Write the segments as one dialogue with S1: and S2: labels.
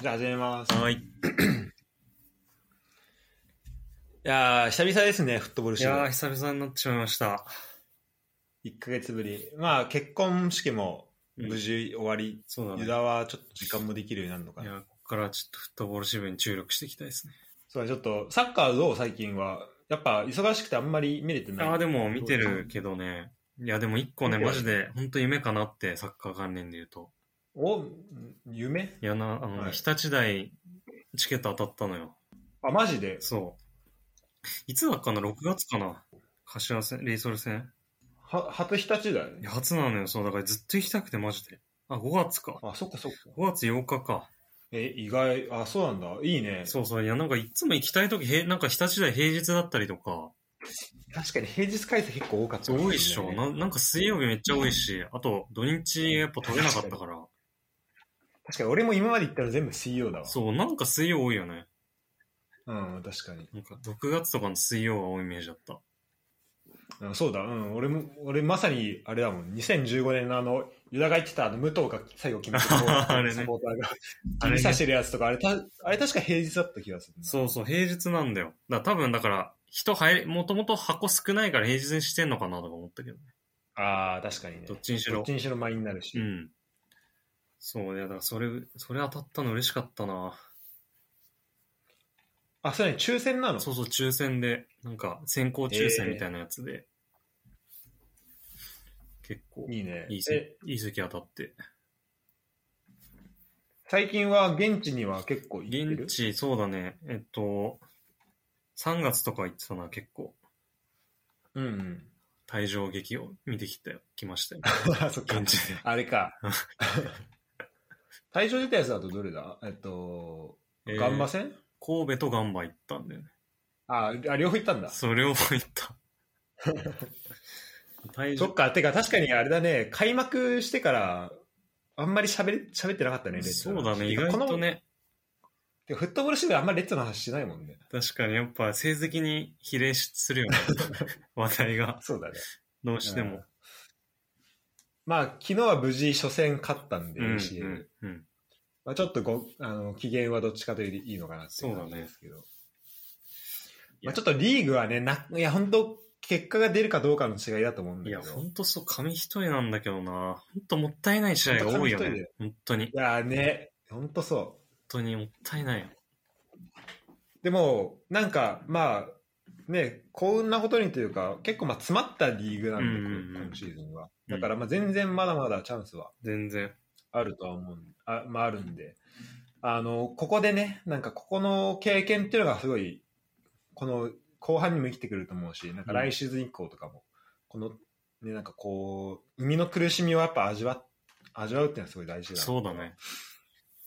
S1: じゃあ始めます。
S2: はい。い
S1: やー、久々ですね、フットボールシ
S2: や
S1: ー
S2: ー、久々になってしまいました。
S1: 1ヶ月ぶり。まあ、結婚式も無事終わり、
S2: そうだね。
S1: ユ
S2: いや
S1: ダはちょっと時間もできるようになるのかな。
S2: ー、ここからちょっとフットボール支部に注力していきたいですね。
S1: そうだ、ちょっと、サッカーどう最近は。やっぱ、忙しくてあんまり見れてない。
S2: ああ、でも見てるけどね。いや、でも一個ね、
S1: 見てる
S2: マジで、本当夢かなって、サッカー関連で言うと。
S1: お、夢
S2: いやな、あの、
S1: はい
S2: 日立大、チケット当たったのよ。
S1: あ、マジで
S2: そう。いつだっかな ?6 月かな柏戦、レイソル戦。
S1: は、初日立だよ
S2: い
S1: ね
S2: や。初なのよ、そう。だからずっと行きたくて、マジで。あ、5月か。
S1: あ、そっかそっか。
S2: 5月8日か。
S1: え、意外、あ、そうなんだ。いいね。
S2: そうそう。いや、なんかいつも行きたいとき、へなんか日立大平日だったりとか、
S1: 確かに平日開催結構多かったかも
S2: 多いっ
S1: し
S2: し
S1: れ
S2: ょ。
S1: ないね
S2: ななんか水曜日めっちゃ多いし、あと土日やっぱ取れなかったから。
S1: 確かに俺も今まで行ったの全部水曜だわ。
S2: そう、なんか水曜多いよね。
S1: うん、確かに。
S2: なんか6月とかの水曜が多いイメージだった。
S1: うんそうだ、うん、俺も、俺まさに、あれだもん、2015年のあの、ユダが言ってたあの、武藤が最後決めた
S2: あれね
S1: サポーターが、
S2: あれね
S1: 指さしてるやつとか、あれた、あれ確か平日だった気がするな。
S2: そうそう、平日なんだよ。だから多分だから、人入れ、もともと箱少ないから平日にしてんのかなとか思ったけどね。
S1: ああ、確かにね。
S2: どっちにし
S1: ど
S2: ろ
S1: っ。ちにしろ前になるし。
S2: うん。そう、いや、だからそれ、それ当たったの嬉しかったな。
S1: あ、それね、抽選なの
S2: そうそう、抽選で、なんか先行抽選みたいなやつで。結構、
S1: いいね。
S2: いい
S1: え
S2: 席、いい席当たって。
S1: 最近は現地には結構行ってる
S2: 現地、そうだね。えっと、3月とか行ってたな、結構。
S1: うん、うん。
S2: 退場劇を見てきたよ、来ましたよ。
S1: あそっか
S2: 現。地で。
S1: あれか。対象出たやつだとどれだえっと、
S2: えー
S1: ガンバ戦
S2: 神戸とガンバ行ったんだよね。
S1: ああ、両方行ったんだ。
S2: それを 行った。退
S1: そっ
S2: 場。
S1: か、てか確かにあれだね、開幕してから、あんまり喋れ喋ってなかったね、レッツ
S2: そ
S1: の
S2: う
S1: 話
S2: だね、
S1: て
S2: 意
S1: か
S2: 外
S1: この
S2: とね。
S1: てかフットボールシーであんまりレッツの話しないもんね。
S2: 確かにやっぱ成績に比例する よね。話題が。
S1: そうだね。
S2: どうして
S1: うん
S2: も。
S1: まあ、昨日は無事初戦勝ったんで、
S2: うん。
S1: UCL
S2: うん。うん
S1: まあ、ちょっとごあの機嫌はどっちかというといいのかなっていう感じですけど。まあ、ちょっとリーグはね、ないや、本当結果が出るかどうかの違いだと思うんだ
S2: い
S1: け
S2: や、
S1: ど。
S2: ほんとそう、紙一重なんだけどな。ほんともったいない試合が多いよ
S1: ほんと紙一重だ
S2: ね
S1: よ。
S2: 本当に。
S1: いやーね、本当そう。
S2: 本当にもったいないよ。
S1: でも、なんか、まあ、ね、幸運なことにというか、結構まあ詰まったリーグなんで、
S2: うんうんうん
S1: こ今シーズンは。だから、まあ全然まだまだチャンスは
S2: 全然。
S1: あるとは思うん、あまああるんで、あの、ここでね、なんかここの経験っていうのがすごい、この後半にも生きてくると思うし、なんか来シーズン以降とかも、この、ね、なんかこう、生みの苦しみをやっぱ味わっ、味わうっていうのはすごい大事だな
S2: そうだね。。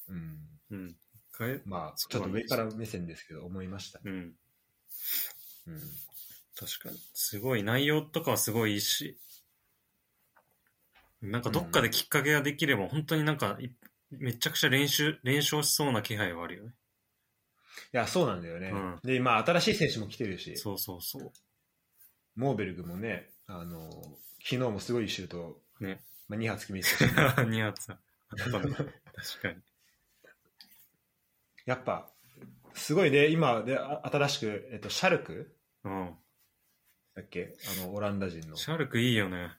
S1: うん。
S2: うん。変え、
S1: まあ、
S2: そ
S1: ちょ
S2: う
S1: っ
S2: だ
S1: と
S2: ね
S1: 上から目線ですけど、思いましたね。
S2: うん。
S1: うん。
S2: 確かに。すごい、内容とかはすごいいいし、なんかどっかできっかけができれば、本当になんかい、めちゃくちゃ練習、練習しそうな気配はあるよね。
S1: いや、そうなんだよね。
S2: うん
S1: で、今、新しい選手も来てるし、
S2: そうそう そう。
S1: モーベルグもね、あの、昨日もすごいシュート、
S2: ね
S1: まあ、2発決めてたし
S2: ニヤつ。あったね確かに。
S1: やっぱ、すごいね、今で、あ新しく、えっと、シャルク
S2: う
S1: だっけあの、オランダ人の
S2: ん。、シャルクいいよね。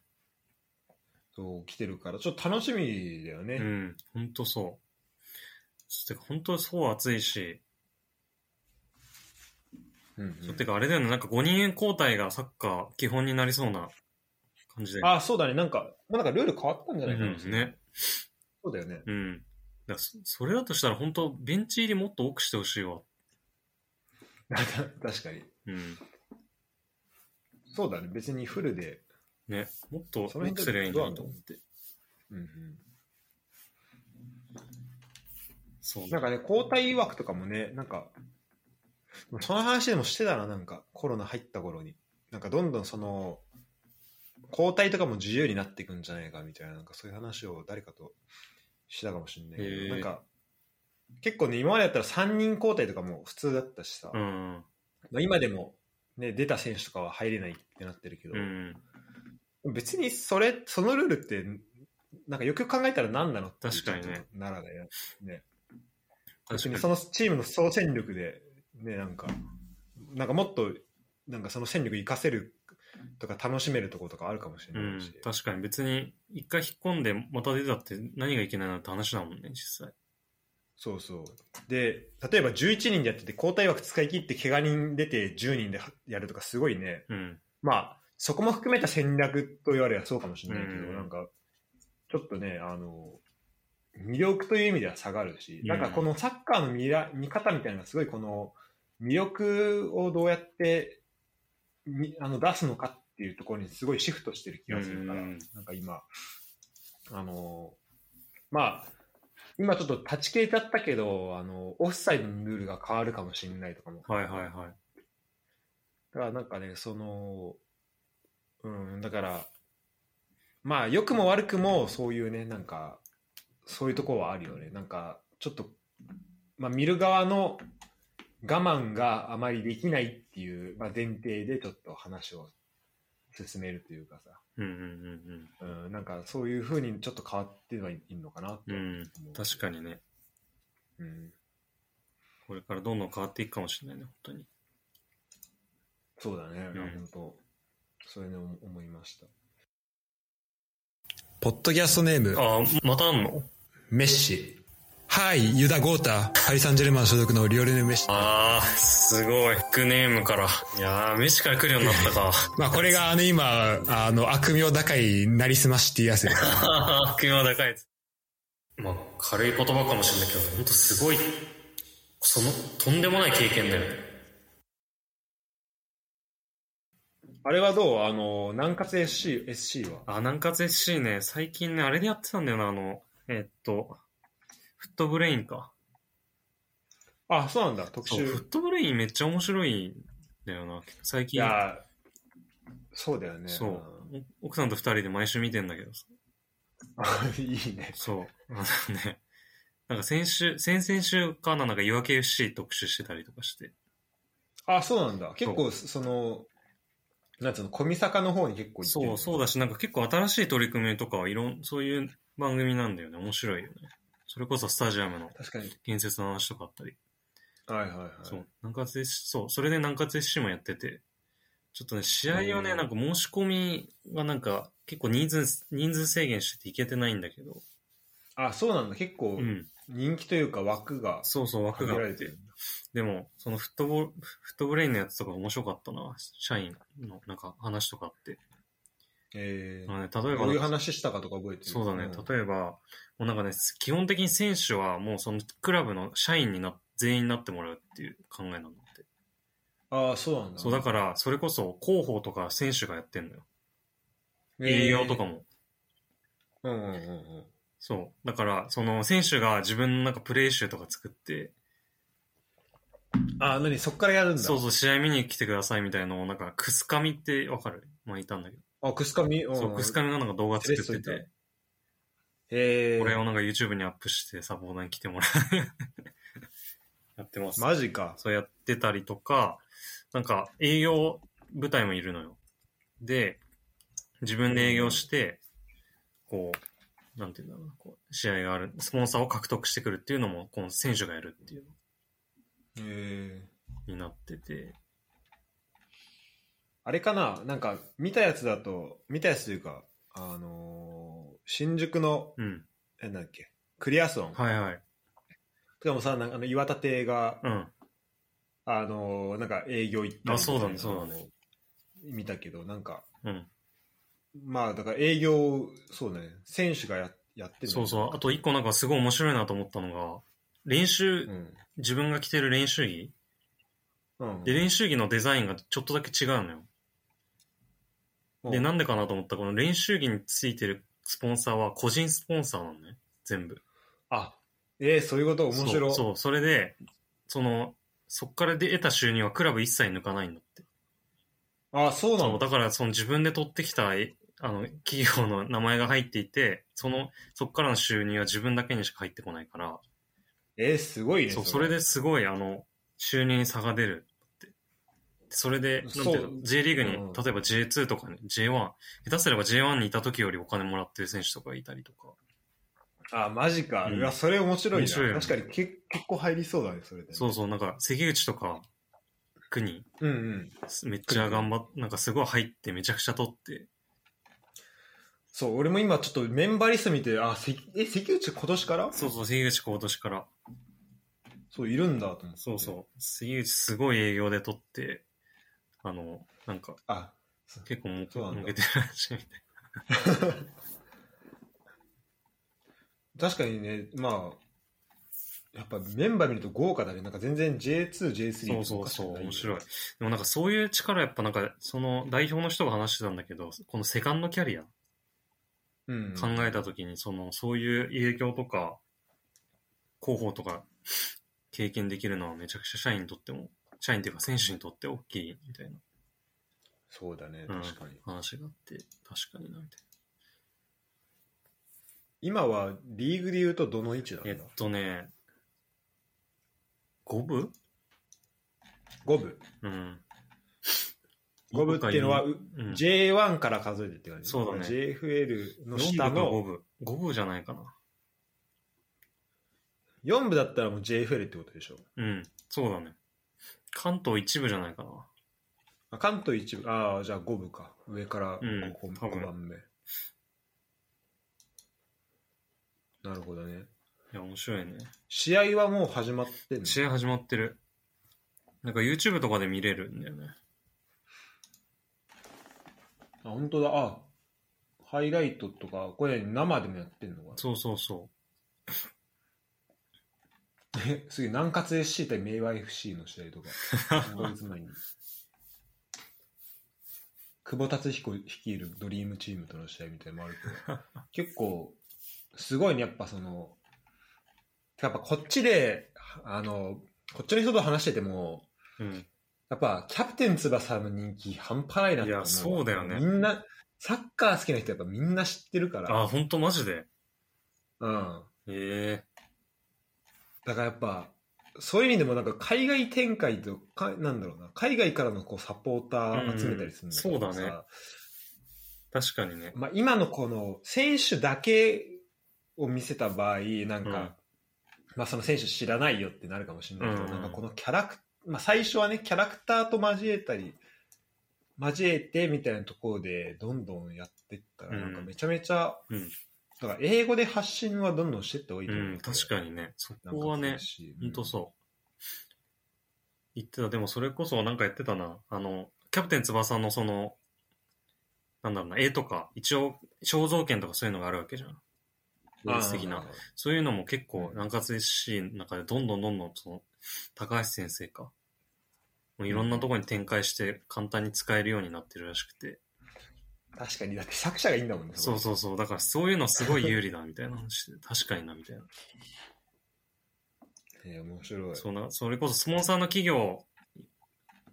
S1: そう来てるから、ちょっと楽しみだよね。
S2: うん。ほんとそう。てか、本当そう暑いし、
S1: うんうん
S2: てかあれだよね、なんか5人交代がサッカー基本になりそうな感じで。
S1: あ、そうだね、なんか、もうなんかルール変わったんじゃ
S2: う
S1: ないかな、
S2: ん、ね。
S1: そうだよね。
S2: うん。だからそそれだとしたら本当ベンチ入りもっと多くしてほしいわ。
S1: なんか確かに。
S2: うん。
S1: そうだね、別にフルで。
S2: ね。もっと多
S1: その辺
S2: くすればいいのにと思って。
S1: うんうん
S2: そう
S1: なんかね、交代枠とかもね、なんか、その話でもしてたな、なんか、コロナ入った頃に。なんか、どんどんその、交代とかも自由になっていくんじゃないかみたいな、なんかそういう話を誰かとしてたかもしれないけ
S2: へ
S1: ど、
S2: ー
S1: なんか、結構ね、今までだったら3人交代とかも普通だったしさ、
S2: うん。
S1: まあ今でも、ね、出た選手とかは入れないってなってるけど、
S2: うん。
S1: 別にそれ、そのルールって、なんかよくよく考えたら何なのって
S2: 確かにね
S1: ちょっとならだよ。ね。
S2: 確
S1: 別
S2: か
S1: に
S2: に。
S1: そのチームの総戦力で、ね、なんか、なんかもっと、なんかその戦力活かせるとか楽しめるところとかあるかもしれ
S2: う
S1: ない
S2: ん
S1: し。、
S2: 確かに別に一回引っ込んでまた出たって何がいけないのって話だもんね、実際。
S1: そうそう。で、例えば11人でやってて、交代枠使い切って、怪我人出て10人でやるとか、すごいね、
S2: うん。
S1: まあ、そこも含めた戦略と言われればそうかもしれないけど、
S2: うん
S1: なんか、ちょっとね、あの、魅力という意味では下がるし、
S2: うん
S1: なんかこのサッカーの見ら見方みたいなのがすごいこの魅力をどうやってみあの出すのかっていうところにすごいシフトしてる気がするから、
S2: うん
S1: なんか今、あの、まあ、今ちょっと断ち切れちゃったけど、あの、オフサイドのルールが変わるかもしれないとかも
S2: はいはいはい。
S1: だからなんかね、その、うん、だから、まあ、良くも悪くも、そういうね、なんか、そういうところはあるよね。なんか、ちょっと、まあ、見る側の我慢があまりできないっていう、まあ、前提でちょっと話を進めるというかさ、
S2: うんうん
S1: うん、なんかそういうふうにちょっと変わってはいいのかなと
S2: うんう
S1: 思
S2: ん。うん、
S1: う。
S2: 確かにね。
S1: うん、
S2: これからどんどん変わっていくかもしれないね、本当に。
S1: そうだね、
S2: うん
S1: 本当それで思思いました。
S3: ポッドキャストネーム、
S2: ああ、またあんの
S3: メッシ。はい、ユダ・ゴータ、パリ・サンジェルマン所属のリオレネル・メッシ。
S2: ああ、すごい。ビッグネームから。いやー、飯から来るようになったか。
S3: まあこれがあの今、あの悪名高いなりすましっていうやつです。
S2: 悪名高いやつ。まあ、軽い言葉かもしれないけど、ほんとすごい、その、とんでもない経験だよね。
S1: あれはどうあの、南葛 SC, SC は
S2: あ、南葛 SC ね、最近ね、あれでやってたんだよな、あの、えっと、フットブレインか。
S1: あ、そうなんだ、特
S2: そう、
S1: 集。
S2: フットブレインめっちゃ面白いんだよな、最
S1: い
S2: 近。
S1: や、そうだよね。
S2: そう。お奥さんと二人で毎週見てんだけどさ。
S1: うん。 いいね。
S2: そう。あのね、なんか先週、先々週かな、なんか夜明け FC 特集してたりとかして。
S1: あ、そうなんだ。結構、その、なんつうの、小見坂の方に結構行って
S2: そう、そうだし、なんか結構新しい取り組みとかはいろん、そういう番組なんだよね。面白いよね。それこそスタジアムの
S1: う。確かに。
S2: 建設の話とかあったり。
S1: はいはいはい。
S2: そう、南葛 SC、そう、それで南葛 SC もやってて、ちょっとね、試合をね、
S1: うん
S2: なんか申し込みがなんか、結構人数、人数制限してていけてないんだけど、
S1: あ、そうなんだ。結構
S2: う、ん、
S1: 人気というか枠が
S2: そうそう、枠
S1: 限
S2: が
S1: ら
S2: あ
S1: れ
S2: ってて
S1: る、。
S2: でも、そのフットボール、フットブレインのやつとか面白かったな、社員のなんか話とかあって。
S1: え
S2: あ
S1: ー
S2: のね、例えば
S1: どういう話したかとか覚えてる
S2: そうだね、
S1: ん
S2: 例えば、もうなんかね、基本的に選手はもうそのクラブの社員にな、全員になってもらうっていう考えなんだって。
S1: あそうなんだ。
S2: そう、だから、それこそ広報とか選手がやってんのよ。
S1: えー
S2: 営業とか。も。
S1: うんうんうんうん。
S2: そう。だから、その選手が自分のなんかプレイ集とか作って、
S1: あ、なに、そっからやるんだ。
S2: そうそう、試合見に来てくださいみたいなのを、なんか、くすかみってわかる巻いたんだけ
S1: あ、くすかみ。
S2: ど。そう、くすかみがなんか動画作って
S1: テレスト
S2: て、
S1: み。え
S2: これ
S1: ー
S2: をなんか YouTube にアップしてサポーターに来てもらう。 やってます。
S1: マジか。
S2: そうやってたりとか、なんか営業部隊もいるのよ。で、自分で営業して、こう、なんていうんだろうな、こう、試合がある、スポンサーを獲得してくるっていうのも、この選手がやるっていう
S1: えー
S2: のになってて、
S1: あれかななんか見たやつだと見たやつというかあのー新宿の
S2: うん。
S1: えなんだっけクリアソン、
S2: はいはい。
S1: とかもさなんかあの岩田亭が、
S2: うん。
S1: あのーなんか営業行った
S2: あそうだねそうだ
S1: ね見たけどなんか
S2: うん。
S1: まあだから営業そうね選手がややってる
S2: そうそう。あと一個なんかすごい面白いなと思ったのが、練習、
S1: うん、
S2: 自分が着てる練習着
S1: うん、
S2: で、練習着のデザインがちょっとだけ違うのよ。
S1: うん
S2: で、なんでかなと思ったらこの練習着についてるスポンサーは個人スポンサーなのね。全部。
S1: あえー、そういうこと面白い
S2: そう。そうそれで、その、そっからで得た収入はクラブ一切抜かないんだって。
S1: あそうな
S2: そ
S1: の
S2: う、だからその自分で取ってきた、えあの、企業の名前が入っていて、その、そっからの収入は自分だけにしか入ってこないから、
S1: えー、すごいね
S2: そう、それ
S1: で
S2: ですごい、あの、収入に差が出るって。それで、なんて
S1: そう
S2: いうの J リーグに、
S1: うん
S2: 例えば J2 とかね、J1、下手すれば J1 にいた時よりお金もらってる選手とかいたりとか、
S1: あ、マジか。
S2: うん
S1: いや、それ面白い
S2: 面白いよ
S1: な。
S2: ね
S1: 確かにけ結構入りそうだね、それで。
S2: そうそう、なんか、関口とか、国、
S1: うんうん。
S2: めっちゃ頑張っなんかすごい入って、めちゃくちゃ取って、
S1: そう、俺も今ちょっとメンバーリスト見て、あ、せえ、関口今年から
S2: そうそう、関口今年から、
S1: そう、いるんだと思って。
S2: そう
S1: う。
S2: そう、関口すごい営業で取って、あの、なんか、
S1: あ、
S2: 結構も
S1: そうなんだ
S2: 儲けてるらしいみたい
S1: 確かにね、まあ、やっぱメンバー見ると豪華だね。なんか全然 J2、J3
S2: そうそうそう
S1: とかしかな
S2: 面白い
S1: ね
S2: でもなんかそういう力、やっぱなんか、その代表の人が話してたんだけど、このセカンドキャリア、
S1: うん。
S2: 考えたときに、その、そういう影響とか、広報とか、経験できるのはめちゃくちゃ社員にとっても、社員っていうか選手にとって大きいみたいな
S1: そうだね、
S2: うん
S1: 確かに。
S2: 話があって、確かにな、みたい
S1: 今はリーグで言うとどの位置だ
S2: な。えっとね、5部
S1: 五分。
S2: うん。
S1: 五分っていうのは、う
S2: うん、
S1: J1 から数えてって感じ
S2: そうだね
S1: JFL の
S2: 4
S1: 下
S2: 部か5
S1: の、
S2: 部。5部じゃないかな。
S1: 4部だったらもう JFL ってことでしょ。
S2: うん、そうだね。関東一部じゃないかな。
S1: あ関東一部、ああ、じゃあ5部か。上から
S2: うん
S1: 5本、
S2: 多分
S1: 五番目。なるほどね。
S2: いや、面白いね。
S1: 試合はもう始まってんの
S2: 試合始まってる。なんか YouTube とかで見れるんだよね。
S1: あ、本当だ。あ、ハイライトとか、これ生でもやってんのかな。
S2: そうそうそう。
S1: えすげえ、南葛 SC 対明和 FC の試合とか、5ヶ月前に。久保達彦率いるドリームチームとの試合みたいなのもあるけど、結構、すごいね、やっぱその、やっぱこっちで、あの、こっちの人と話してても、
S2: うん、
S1: やっぱキャプテン翼の人気半端ないなって思うわ。
S2: いやそうだよね
S1: みんな、サッカー好きな人やっぱみんな知ってるから、
S2: あ、ほんとマジで
S1: うん。
S2: え
S1: だからやっぱそういう意味でもなんか海外展開とかなんだろうな海外からのこうサポーター集めたりするんだけどさ、
S2: うんうんそうだねえ確かにね。
S1: まあ、今のこの選手だけを見せた場合なんか、
S2: うん
S1: まあ、その選手知らないよってなるかもしれないけど、
S2: うんう
S1: な
S2: ん
S1: んかこのキャラク、まあ、最初はねキャラクターと交えたり交えてみたいなところでどんどんやっていったら
S2: うん
S1: なんかめちゃめちゃ、
S2: うん
S1: だから英語で発信はどんどんしていった方がいいうと思う、
S2: ん、確かにね。そ
S1: なんか
S2: こはね
S1: そうだ、し
S2: ほんとそう。言ってた。でもそれこそなんかやってたな。あの、キャプテン翼のその、なんだろうな、絵とか、一応、肖像権とかそういうのがあるわけじゃん。
S1: うん
S2: 技術的な。そういうのも結構、南葛 SC の中でどんどんどんどん、その、高橋先生か。もういろんなところに展開して簡単に使えるようになってるらしくて。
S1: 確かに、だって作者がいいんだもんね。
S2: そう
S1: こ
S2: そうそう。だからそういうのすごい有利だみたいな話で。確かにな、みたいな。
S1: えー面白い。
S2: そうな、それこそスポンサーの企業に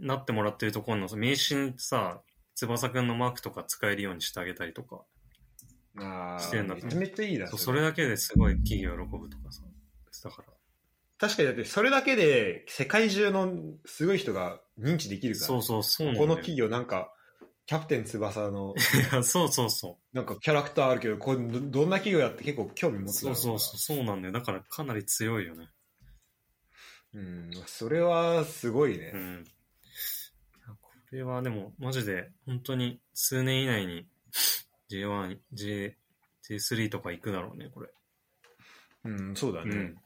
S2: なってもらってるところのその名刺にさ、翼くんのマークとか使えるようにしてあげたりとか。
S1: あー
S2: してんだ
S1: めちゃめちゃいいな。
S2: そう
S1: そ
S2: そ
S1: れ
S2: れだけですごい企業喜ぶとかさ。だから。
S1: 確かに、だってそれだけで世界中のすごい人が認知できるから。
S2: そうそう、そうなんだ
S1: こ
S2: よ
S1: の企業なんか、キャプテン翼の
S2: いや、そうそうそう。
S1: なんかキャラクターあるけど、これどどんな企業やって結構興味持つだ
S2: そ
S1: ろ
S2: う
S1: な
S2: そうそう、そうなんだよ。だからかなり強いよね。
S1: うん、それはすごいね。
S2: うん。いやこれはでも、マジで、本当に数年以内に J1、J、J3 とか行くだろうね、これ。
S1: うん、そうだ
S2: う
S1: ね。
S2: ん。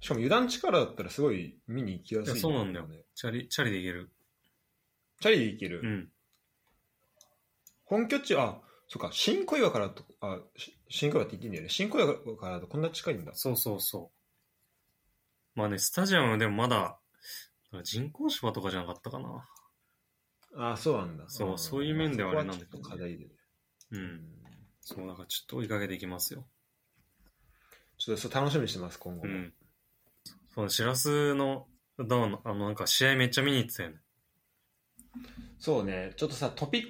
S1: しかも油断力だったらすごい見に行きやすい、
S2: いやそうなんだよ。チャリ、チャリで行ける。
S1: チャリで行ける。
S2: うん。
S1: 本拠地、あ、そっか、新小岩からと、あ、し新小岩って言っていいんだよね。新小岩からとこんな近いんだ。
S2: そうそうそう。まあね、スタジアムでもまだ、人工芝とかじゃなかったかな。
S1: ああ、そうなんだ。
S2: そうんそういう面ではあれなんだけ
S1: そ
S2: ど
S1: こはちょっと課
S2: ね
S1: 題で。
S2: う。。
S1: うん
S2: そう、だからちょっと追いかけていきますよ。
S1: ちょっとそう楽しみにしてます、今後
S2: う
S1: も。
S2: ん。そう、シラスの、ダウンの、あの、なんか試合めっちゃ見に行ってたよね。
S1: そうね、ちょっとさ、トピック、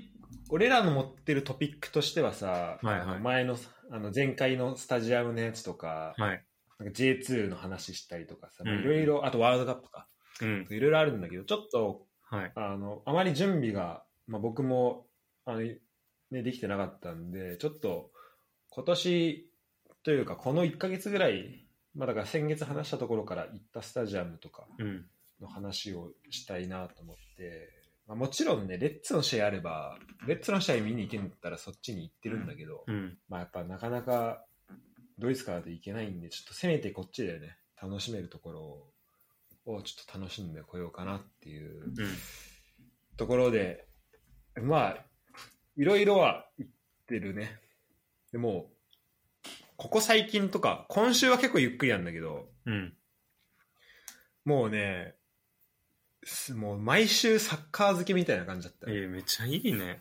S1: 俺らの持ってるトピックとしてはさ、
S2: はいはい
S1: あの前の、あの前回のスタジアムのやつとか、
S2: はい。
S1: なんか J2 の話したりとかさ、
S2: うん
S1: いろいろ、あとワールドカップか、
S2: うん。
S1: いろいろあるんだけど、ちょっと、
S2: はい。
S1: あの、あまり準備が、まあ、僕も、あの、ね、できてなかったんで、ちょっと、今年、というか、この1ヶ月ぐらい、まあだから先月話したところから行ったスタジアムとか
S2: うん。
S1: の話をしたいなと思って、まあ、もちろんね、レッツの試合あれば、レッツの試合見に行けんだったらそっちに行ってるんだけど、
S2: うん。
S1: まあやっぱなかなかドイツからだといけないんで、ちょっとせめてこっちでね、楽しめるところをちょっと楽しんでこようかなっていう
S2: うん。
S1: ところで、まあ、いろいろは言ってるね。でも、ここ最近とか、今週は結構ゆっくりなんだけど、
S2: うん。
S1: もうね、すもう毎週サッカー漬けみたいな感じだった
S2: え
S1: ね、
S2: ー、めっちゃいいね。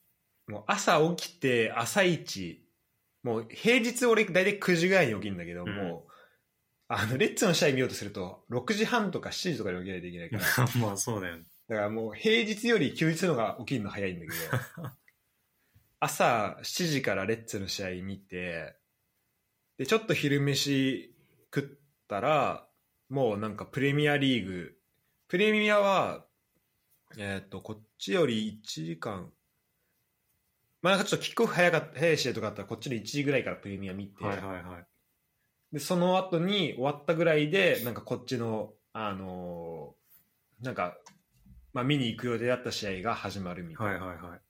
S1: もう朝起きて朝一、もう平日俺大体9時ぐらいに起きるんだけど、
S2: うん
S1: もう、あの、レッツの試合見ようとすると、6時半とか7時とかに起きないといけないから、
S2: まあそうだよね。
S1: だからもう平日より休日の方が起きるの早いんだけど、 朝7時からレッツの試合見て、で、ちょっと昼飯食ったら、もうなんかプレミアリーグ、プレミアは、えっ、と、こっちより1時間、まあなんかちょっとキックオフ早かった、早い試合とかあったらこっちの1時ぐらいからプレミア見て、
S2: はいはいはい。
S1: で、その後に終わったぐらいで、なんかこっちの、あのーなんか、まあ見に行く予定だった試合が始まるみたいな。
S2: はいはいはい。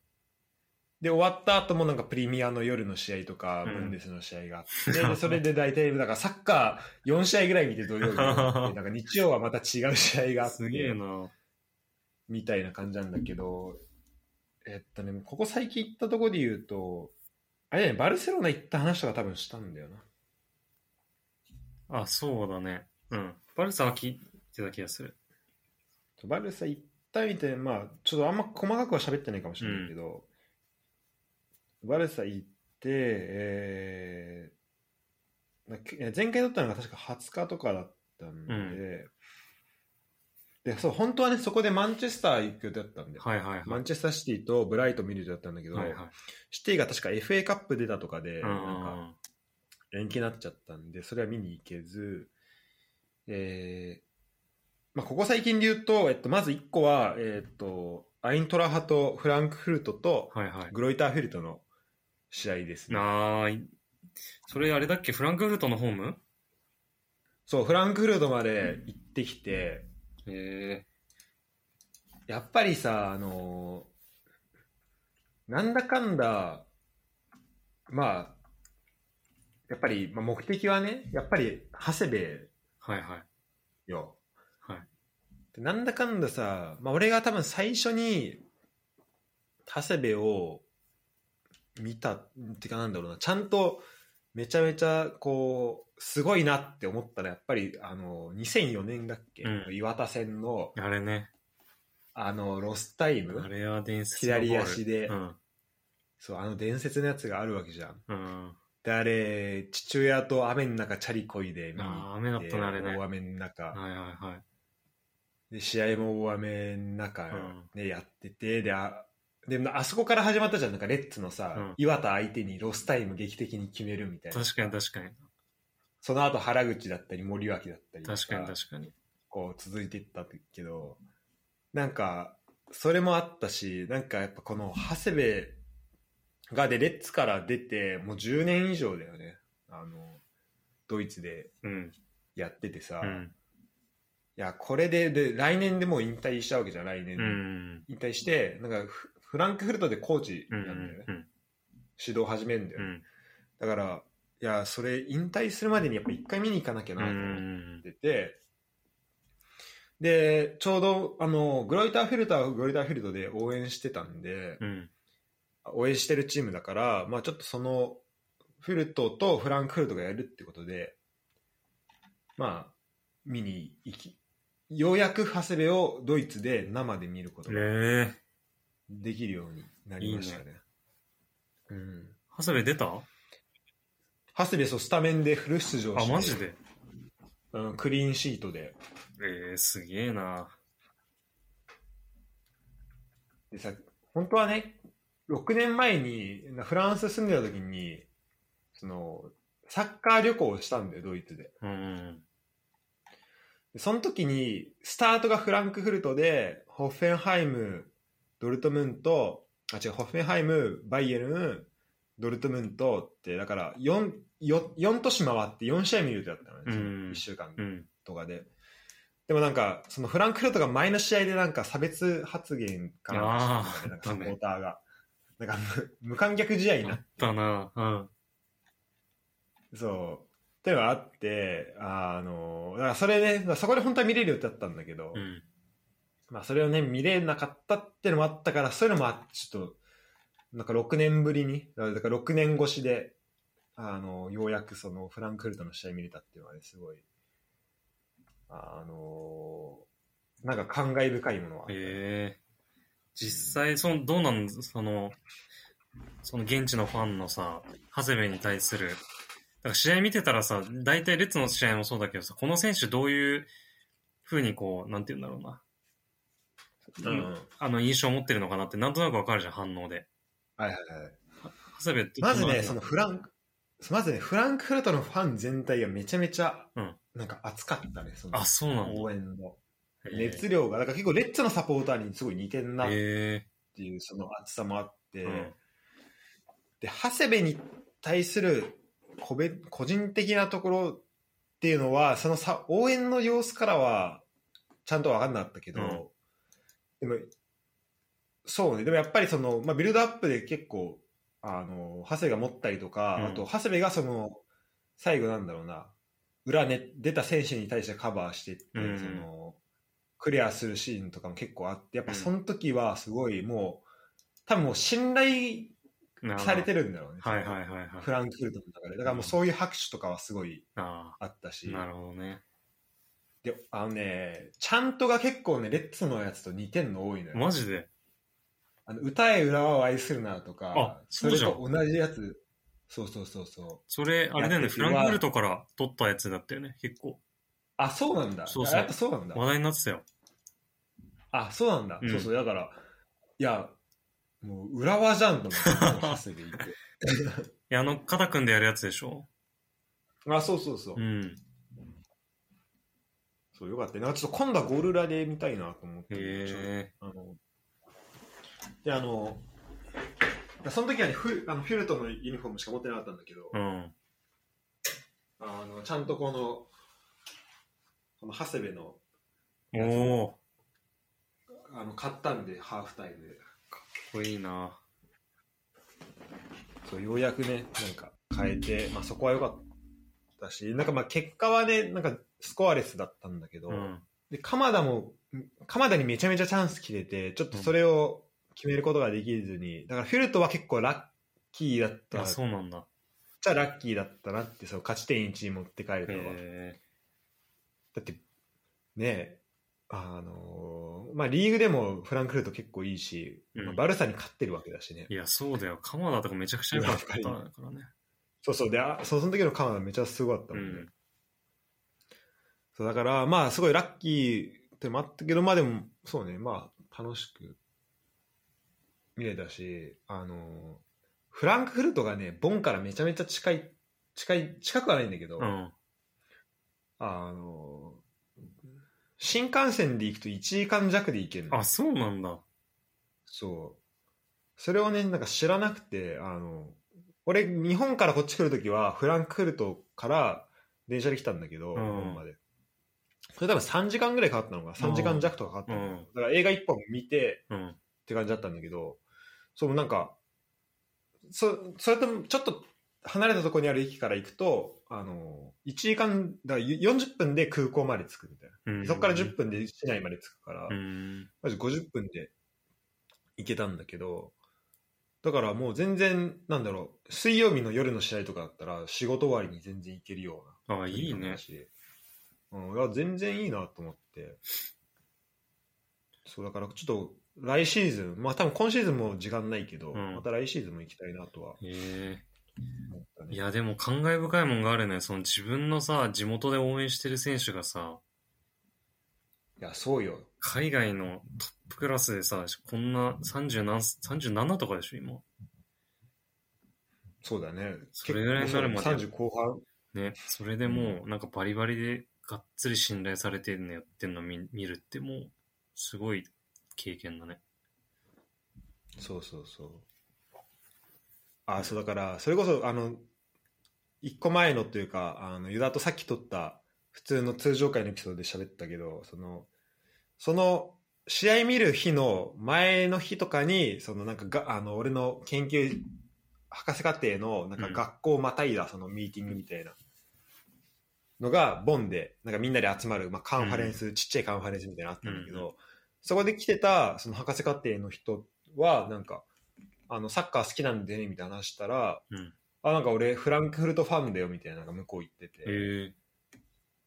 S1: で、終わった後もなんかプレミアの夜の試合とか、
S2: うん
S1: ブンデスの試合があって、でそれで大体、だからサッカー4試合ぐらい見て土曜日になって、なんか日曜はまた違う試合があっ
S2: すげえ
S1: て、
S2: な。
S1: みたいな感じなんだけど、えっとね、ここ最近行ったとこで言うと、あれだね、バルセロナ行った話とか多分したんだよな。
S2: あ、そうだね。うん。バルサは聞いてた気がする。
S1: バルサ行ったみたいな、まあ、ちょっとあんま細かくは喋ってないかもしれないけど、バルサ行って、えーなけ前回だったのが確か20日とかだったんで、
S2: うん
S1: でそう本当はね、そこでマンチェスター行く予定だったんで、
S2: はいはい
S1: マ
S2: は
S1: ンチェスターシティとブライトン見る予定だったんだけ
S2: い。
S1: ど、
S2: はいは
S1: シティが確か FA カップ出たとかで、
S2: い。
S1: なんか
S2: あ
S1: 延期になっちゃったんで、それは見に行けず、えーまあ、ここ最近で言うと、えっと、まず1個は、えーっと、アイントラハとフランクフルトと
S2: ーはいはい。
S1: グロイターフェルトの試合ですね。
S2: なーい。それあれだっけフランクフルトのホーム
S1: そう、フランクフルトまで行ってきて、
S2: え
S1: やっぱりさ、あのーなんだかんだ、まあ、やっぱり、まあ、目的はね、やっぱり、長谷部
S2: ー、はいはい。
S1: よ。
S2: はい
S1: でなんだかんださ、まあ、俺が多分最初に長谷部を見たってかなんだろうなちゃんとめちゃめちゃこうすごいなって思ったらやっぱりあの2004年だっけ、
S2: うん
S1: 岩田戦の
S2: あれね。
S1: あのロスタイ
S2: あ
S1: ム
S2: れは伝説のゴール
S1: 左足で、
S2: うん。
S1: そうあの伝説のやつがあるわけじゃん。
S2: うん。
S1: であれ父親と雨の中チャリこいで見に行
S2: あー雨だ
S1: っ
S2: ってたねあれね
S1: 大雨の中、
S2: はいはいはい。
S1: で試合も大雨の中、ね
S2: う
S1: やっててであであそこから始まったじゃんなんかレッツのさ、
S2: うん
S1: 岩田相手にロスタイム劇的に決めるみたいな
S2: 確かに確かに。
S1: その後原口だったり森脇だったりと
S2: 確かに確かに。
S1: こう続いていったけどなんかそれもあったしなんかやっぱこの長谷部がでレッツから出てもう10年以上だよねあのドイツで
S2: うん。
S1: やっててさ、
S2: う
S1: い
S2: ん。
S1: やこれでで来年でもう引退しちゃうわけじゃん来年
S2: う
S1: で。
S2: ん。
S1: 引退して、なんかフフランクフルトでコーチ
S2: う
S1: なん
S2: ん
S1: だよね。
S2: うん。
S1: 指導始めるんだよ、
S2: うん。
S1: だから、いや、それ引退するまでにやっぱ一回見に行かなきゃ
S2: う
S1: なと思っ
S2: ん。
S1: てて、で、ちょうど、あの、グロイターフェルターはグロイターフェルトで応援してたんで、
S2: うん。
S1: 応援してるチームだから、まあちょっとその、フルトとフランクフルトがやるってことで、まあ、見に行き、ようやく長谷部をドイツで生で見ること
S2: ええ
S1: が
S2: ー。
S1: できるようになりましたね。うん。
S2: 長谷部出たあ、
S1: 長谷部、そう、スタメンでフル出場して、
S2: マジで
S1: うん、クリーンシートで。
S2: ええー、すげえな。
S1: でさ、本当はね、6年前になフランス住んでた時に、その、サッカー旅行をしたんだよ、ドイツで。
S2: うん。
S1: でその時に、スタートがフランクフルトで、ホッフェンハイム、ドルトムント、あ、違う、ホッフェンハイム、バイエルン、ドルトムントって、だから4、4, 4都市回って4試合見るとだったのね、
S2: うん
S1: 1週間
S2: うん。
S1: とかで。でもなんか、そのフランクフルトが前の試合でなんか差別発言かな
S2: あー
S1: なんかサポーターが。なんか無無観客試合に
S2: あ
S1: なっ
S2: ったな。うん。
S1: そう。っていうのがあって、あの、だからそれね、そこで本当は見れる予定だったんだけど、
S2: うん。
S1: まあそれをね、見れなかったってのもあったから、そういうのもあちょっと、なんか6年ぶりに、だから6年越しで、あの、ようやくそのフランクフルトの試合見れたっていうのはね、すごい、あの、なんか感慨深いものはあったね、
S2: ええ実際、その、どうなんその、その現地のファンのさ、長谷部に対する、なんか試合見てたらさ、大体レッツの試合もそうだけどさ、この選手どういう風にこう、なんて言うんだろう
S1: う
S2: な。
S1: ん。
S2: あの、印象を持ってるのかなって、なんとなくわかるじゃん、反応で。
S1: はいはいはい。
S2: 長谷部って。
S1: まずね、
S2: こ
S1: そ
S2: の
S1: のフランク、まずね、フランクフルトのファン全体がめちゃめちゃ
S2: うん、
S1: なんか熱かったね、その
S2: あ、そうなんだ。
S1: 応援の。
S2: えー
S1: 熱量が、だから結構レッツのサポーターにすごい似てんなっ
S2: え
S1: ていうその熱さもあって、
S2: えうん
S1: で、長谷部に対する個別個人的なところっていうのは、そのさ応援の様子からはちゃんと分かんなかったけど、でも、そうね、でもやっぱりその、まあ、ビルドアップで結構、あの、長谷が持ったりとか、
S2: うん
S1: あと、長谷部がその、最後なんだろうな、裏ね、出た選手に対してカバーしてって、
S2: うん
S1: その、クリアするシーンとかも結構あって、やっぱその時はすごいもう、多分もう信頼
S2: なるほど
S1: されてるんだろうね。
S2: はいはいはいはい。
S1: フランクフルトの中で。だからもうそういう拍手とかはすごい
S2: あ
S1: あったし
S2: あ、。なるほどね。
S1: で、あのね、ちゃんとが結構ね、レッツのやつと似てんの多いのよ。
S2: マジで
S1: あの歌え裏は愛するなと
S2: あ
S1: か、
S2: そ
S1: そうれ
S2: じゃん
S1: と同じやつ。そうそうそうそう。
S2: それ、あれだよね、
S1: いや
S2: フランクフルトから撮ったやつだったよね、結構。
S1: あ、そうなんだ。
S2: そうそう
S1: やっぱそうなんだ。
S2: 話題になってたよ。
S1: あ、そうなんだ。
S2: うん
S1: そうそう。だから、いや、もう浦和じゃんと思って、ハスでいて。
S2: いや、あの、肩組んでやるやつでしょ
S1: あ、そうそうそう。
S2: うん。
S1: そう、よかった。なんかちょっと今度はゴール裏で見たいなと思って。
S2: へえ。
S1: あのであのその時はねフあのフィルトンのユニフォームしか持ってなかったんだけど、
S2: うん。
S1: あのちゃんとこのこの長谷部の
S2: おおーか
S1: あの買ったんでハーフタイムで
S2: っこいいな。
S1: そうようやくねなんか変えて、まあ、そこは良かったしなんかまあ結果はねなんかスコアレスだったんだけど、
S2: うん。
S1: で鎌田も鎌田にめちゃめちゃチャンス切れてちょっとそれを決めることができずにだからフィルトは結構ラッキーだった
S2: あ、そうなんだ。
S1: じゃあラッキーだったなってそう勝ち点1に持って帰る
S2: へ
S1: のは、
S2: え。
S1: だってねえあのーまあリーグでもフランクフルト結構いいし、
S2: うん
S1: まあ、バルサに勝ってるわけだしね
S2: いや、そうだよ。鎌田とかめちゃくちゃ良かったからね。
S1: そうそうであそうその時のカナダめちゃすごかった
S2: う
S1: もんね、
S2: ん。
S1: そうだからまあすごいラッキーってのもあったけどまあでもそうねまあ楽しく見れたしあのーフランクフルトがねボンからめちゃめちゃ近い近い近くはないんだけど、
S2: うん。
S1: あの、新幹線で行くと1時間弱で行けるの
S2: あ、。そうなんだ。
S1: そう。それをね、なんか知らなくて、あの、俺、日本からこっち来るときは、フランクフルトから電車で来たんだけど、
S2: う
S1: 日
S2: ん
S1: 本まで。それ多分3時間ぐらいかかったのか、3時間弱とかかかったのかな、
S2: うん
S1: だから映画1本見て
S2: うん。
S1: って感じだったんだけど、そう、なんか、そそれともちょっと離れたところにある駅から行くと、あの、1時間、だから40分で空港まで着くみたいな。
S2: うん。
S1: そこから10分で市内まで着くから、
S2: うん。
S1: まじ50分で行けたんだけど、だからもう全然、なんだろう、水曜日の夜の試合とかだったら、仕事終わりに全然行けるよう
S2: あ、
S1: な。
S2: いいね。。
S1: うん、いや全然いいなと思って。そう、だからちょっと、来シーズン、まあ多分今シーズンも時間ないけど、
S2: うん
S1: また来シーズンも行きたいなとは
S2: へえ。
S1: 思ったね。
S2: いや、でも感慨深いもんがあるね。その自分のさ、地元で応援してる選手がさ、
S1: いや、そうよ。
S2: 海外のトップクラスでさ、こんな30何、37とかでしょ、今。
S1: そうだね。
S2: それぐらいになるまで
S1: 結構30後半。
S2: ね。それでもう、なんかバリバリでがっつり信頼されてるのやってんの見見るってもう、すごい経験だね。
S1: そうそうそう。あそうだからそれこそあの一個前のというかあのユダとさっき撮った普通の通常回のエピソードで喋ったけどそのその試合見る日の前の日とかにそのなんかがあの俺の研究博士課程のなんか
S2: うん
S1: 学校をまたいだそのミーティングみたいなのがボンでなんかみんなで集まる、まあ、カンファレンス、ちっちゃいカンファレンスみたいなのあったんだけど、そこで来てたその博士課程の人はなんかあのサッカー好きなんでねみたいな話したら、
S2: うん
S1: あなんか俺フランクフルトファンだよみたいななんか向こう行ってて、
S2: え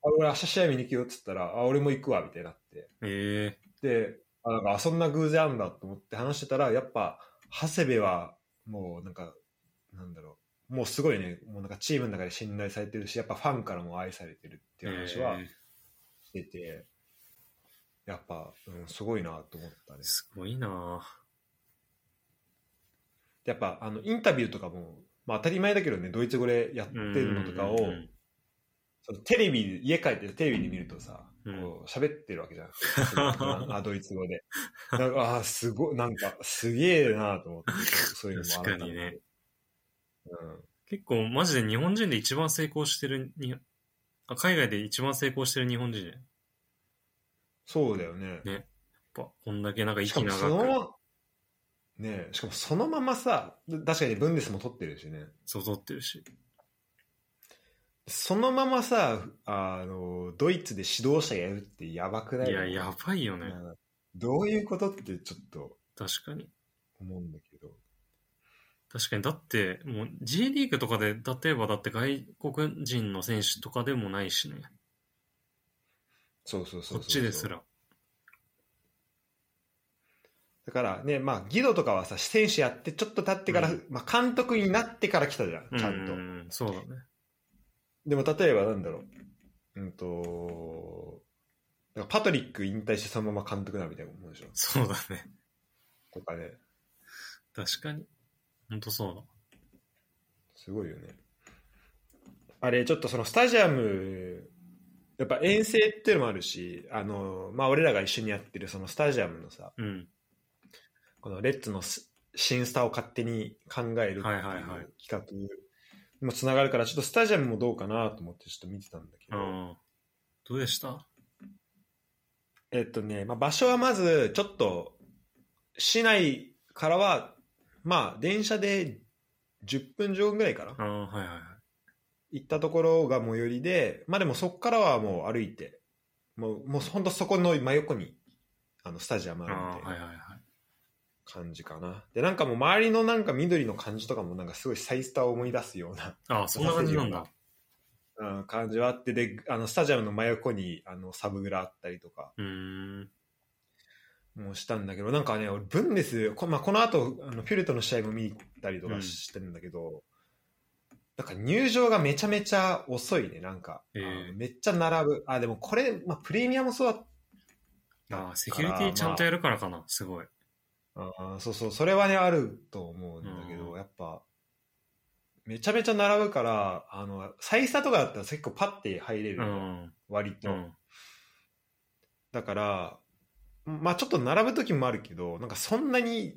S1: あ俺明日試合見に行くよっつったらあ俺も行くわみたいになって
S2: ー、え
S1: であなんかあそんな偶然あるんだと思って話してたらやっぱ長谷部はもうなんかなんだろうもうすごいねもうなんかチームの中で信頼されてるしやっぱファンからも愛されてるって
S2: ー、
S1: いう話は
S2: えー
S1: してて、やっぱ、うん、すごいなと思ったね。
S2: すごいな
S1: やっぱあのインタビューとかも、まあ、当たり前だけどねドイツ語でやって
S2: ぁ
S1: るのとかを
S2: うんうんうん
S1: そのテレビ家帰ってテレビで見るとさ、
S2: うん
S1: こう喋ってるわけ じゃんそのあドイツ語でなんかあーすごいなんかすげえなと思ってそういうのもあった
S2: 確かにね、
S1: うん、
S2: 結構マジで日本人で一番成功してるにあ海外で一番成功してる日本人じゃんやっ
S1: そうだよね
S2: ねぱこんだけなんか
S1: しか
S2: 息
S1: も
S2: 長
S1: そのま
S2: く
S1: まねえしかもそのままさ確かにブンデスも取ってるしね
S2: そう取ってるし
S1: そのままさあのドイツで指導者やるってやばくない
S2: いややばいよね
S1: うんどういうことってちょっと
S2: 確かに
S1: 思うんだけど
S2: 確かにだってもう J リーグとかで例えばだって外国人の選手とかでもないしね
S1: そうそうそうそうそう
S2: こっちですら
S1: だからね、まあ、ギドとかはさ、選手やってちょっと経ってから、
S2: うん
S1: まあ、監督になってから来たじゃん、ちゃんと。
S2: ううそうだね
S1: でも、例えばなんだろう。うんと、だからパトリック引退してそのまま監督だみたいなもんでしょ。
S2: そうだね
S1: とかね、
S2: 確かに本当そうだ
S1: すごいよね。あれ、ちょっとそのスタジアム、やっぱ遠征っていうのもあるし、あの、まあ、俺らが一緒にやってるそのスタジアムのさ、
S2: うん
S1: このレッツのス新スターを勝手に考えるっていう
S2: はいはいはい
S1: 企画にもつながるから、ちょっとスタジアムもどうかなと思ってちょっと見てたんだけ
S2: う
S1: ど、
S2: んどうでした
S1: えっとね、まあ、場所はまず、ちょっと、市内からは、まあ、電車で10分上ぐらいかな
S2: あ、あはいはいはい
S1: 行ったところが最寄りで、まあでもそこからはもう歩いて、もう、もう本当そこの真横に、あの、スタジアムある
S2: あ
S1: ん
S2: あ
S1: で
S2: はいはいはい
S1: 感じかな。で、なんかもう周りのなんか緑の感じとかもなんかすごいサイスターを思い出すような
S2: ああそんな感じなんだ
S1: うん、感じはあってであのスタジアムの真横にあのサブグラあったりとか
S2: うーん
S1: もしたんだけどなんかね俺ブンデスこ,、まあ、この後あのフィルトの試合も見に行ったりとかしてるんだけど、なんか入場がめちゃめちゃ遅いねなんか、
S2: えー
S1: あのめっちゃ並ぶあでもこれ、まあ、プレミアもそうだ
S2: ああセキュリティちゃんとやるからかなすごい
S1: あーそうそうそれはねあると思うんだけど、
S2: うん
S1: やっぱめちゃめちゃ並ぶからあの再スタとかだったら結構パッて入れるよ、
S2: うん
S1: 割
S2: う
S1: と。
S2: ん
S1: だから、まあちょっと並ぶ時もあるけど、なんかそんなに、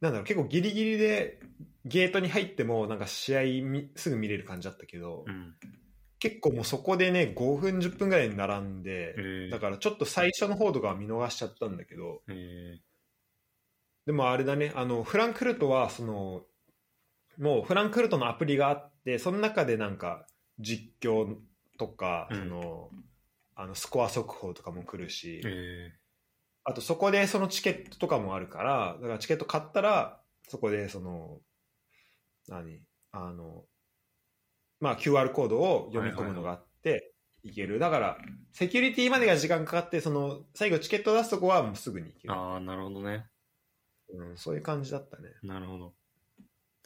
S1: なんだろう、結構ギリギリでゲートに入っても、なんか試合みすぐ見れる感じだったけど、
S2: うん
S1: 結構もうそこでね、5分、10分ぐらいに並んで
S2: え、ー
S1: だからちょっと最初の方とかは見逃しちゃったんだけど、
S2: え
S1: でもあれだね、あの、フランクフルトは、その、もうフランクフルトのアプリがあって、その中でなんか実況とか、
S2: うん
S1: その、あのスコア速報とかも来るし、
S2: ーえ
S1: あとそこでそのチケットとかもあるから、だからチケット買ったら、そこでその、何あの、まあ QR コードを読み込むのがあって、いける。だから、セキュリティまでが時間かかって、その、最後チケット出すとこはもうすぐに行け
S2: ー
S1: る。
S2: ああなるほどね
S1: うん、そういう感じだったね。
S2: なるほど。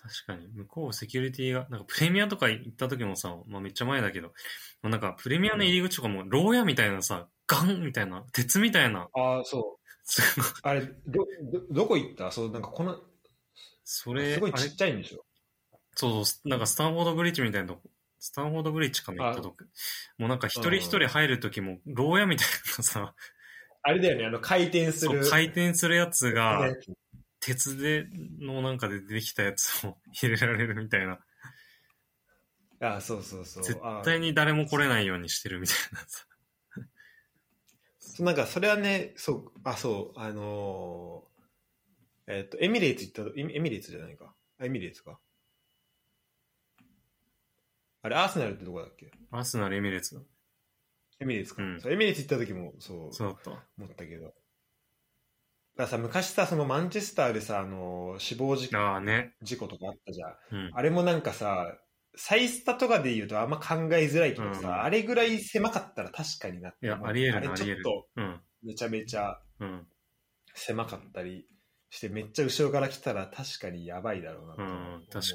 S2: 確かに。向こうセキュリティが、なんかプレミアとか行った時もさ、まあめっちゃ前だけど、もうなんかプレミアの入り口とかも、牢屋みたいなさ、ガンみたいな、鉄みたいな、
S1: ああ、そう。
S2: すごい
S1: あれ、ど、ど、どこ行ったそう、なんかこの、
S2: それ、
S1: すごい
S2: あ
S1: ち
S2: れ
S1: っ、ちゃいんでしょ
S2: そうそう、なんかスタンフォードブリッジみたいなとこ、スタンフォードブリッジかな行ったとこ、もうなんか一人一人入る時も、牢屋みたいなさ、
S1: あれだよね、あの、回転す
S2: そう
S1: る。
S2: 回転するやつが、
S1: ね
S2: 鉄でのなんかでできたやつを 入れられるみたいな、
S1: あ、そうそうそう。
S2: 絶
S1: あ
S2: 対に誰も来れないようにしてるみたいなさ。
S1: そうなんかそれはね、そう、あ、そう、あのーえっ、と、エミレーツ行った、エミエミレーツじゃないか。あエミレーツか。あれ、アーセナルってどこだっけ
S2: アスナルエミレーツだ。
S1: エミレーツか。
S2: うん
S1: そうエミレーツ行った時もそう、
S2: そうだった。
S1: 思ったけど。だからさ、昔さ、そのマンチェスターでさ、あのー死亡事
S2: ああね。
S1: 事故とかあったじゃん。
S2: うん。
S1: あれもなんかさ、サイスタとかで言うとあんま考えづらいけどさ、
S2: うん
S1: あれぐらい狭かったら確かになって
S2: いや
S1: 思う
S2: ありえるな
S1: あれちょっと
S2: うん。
S1: めちゃめちゃ
S2: うん。
S1: 狭かったりしてめっちゃ後ろから来たら確かにやばいだろうなと
S2: う
S1: 思う、
S2: ん。確かに
S1: だ
S2: 確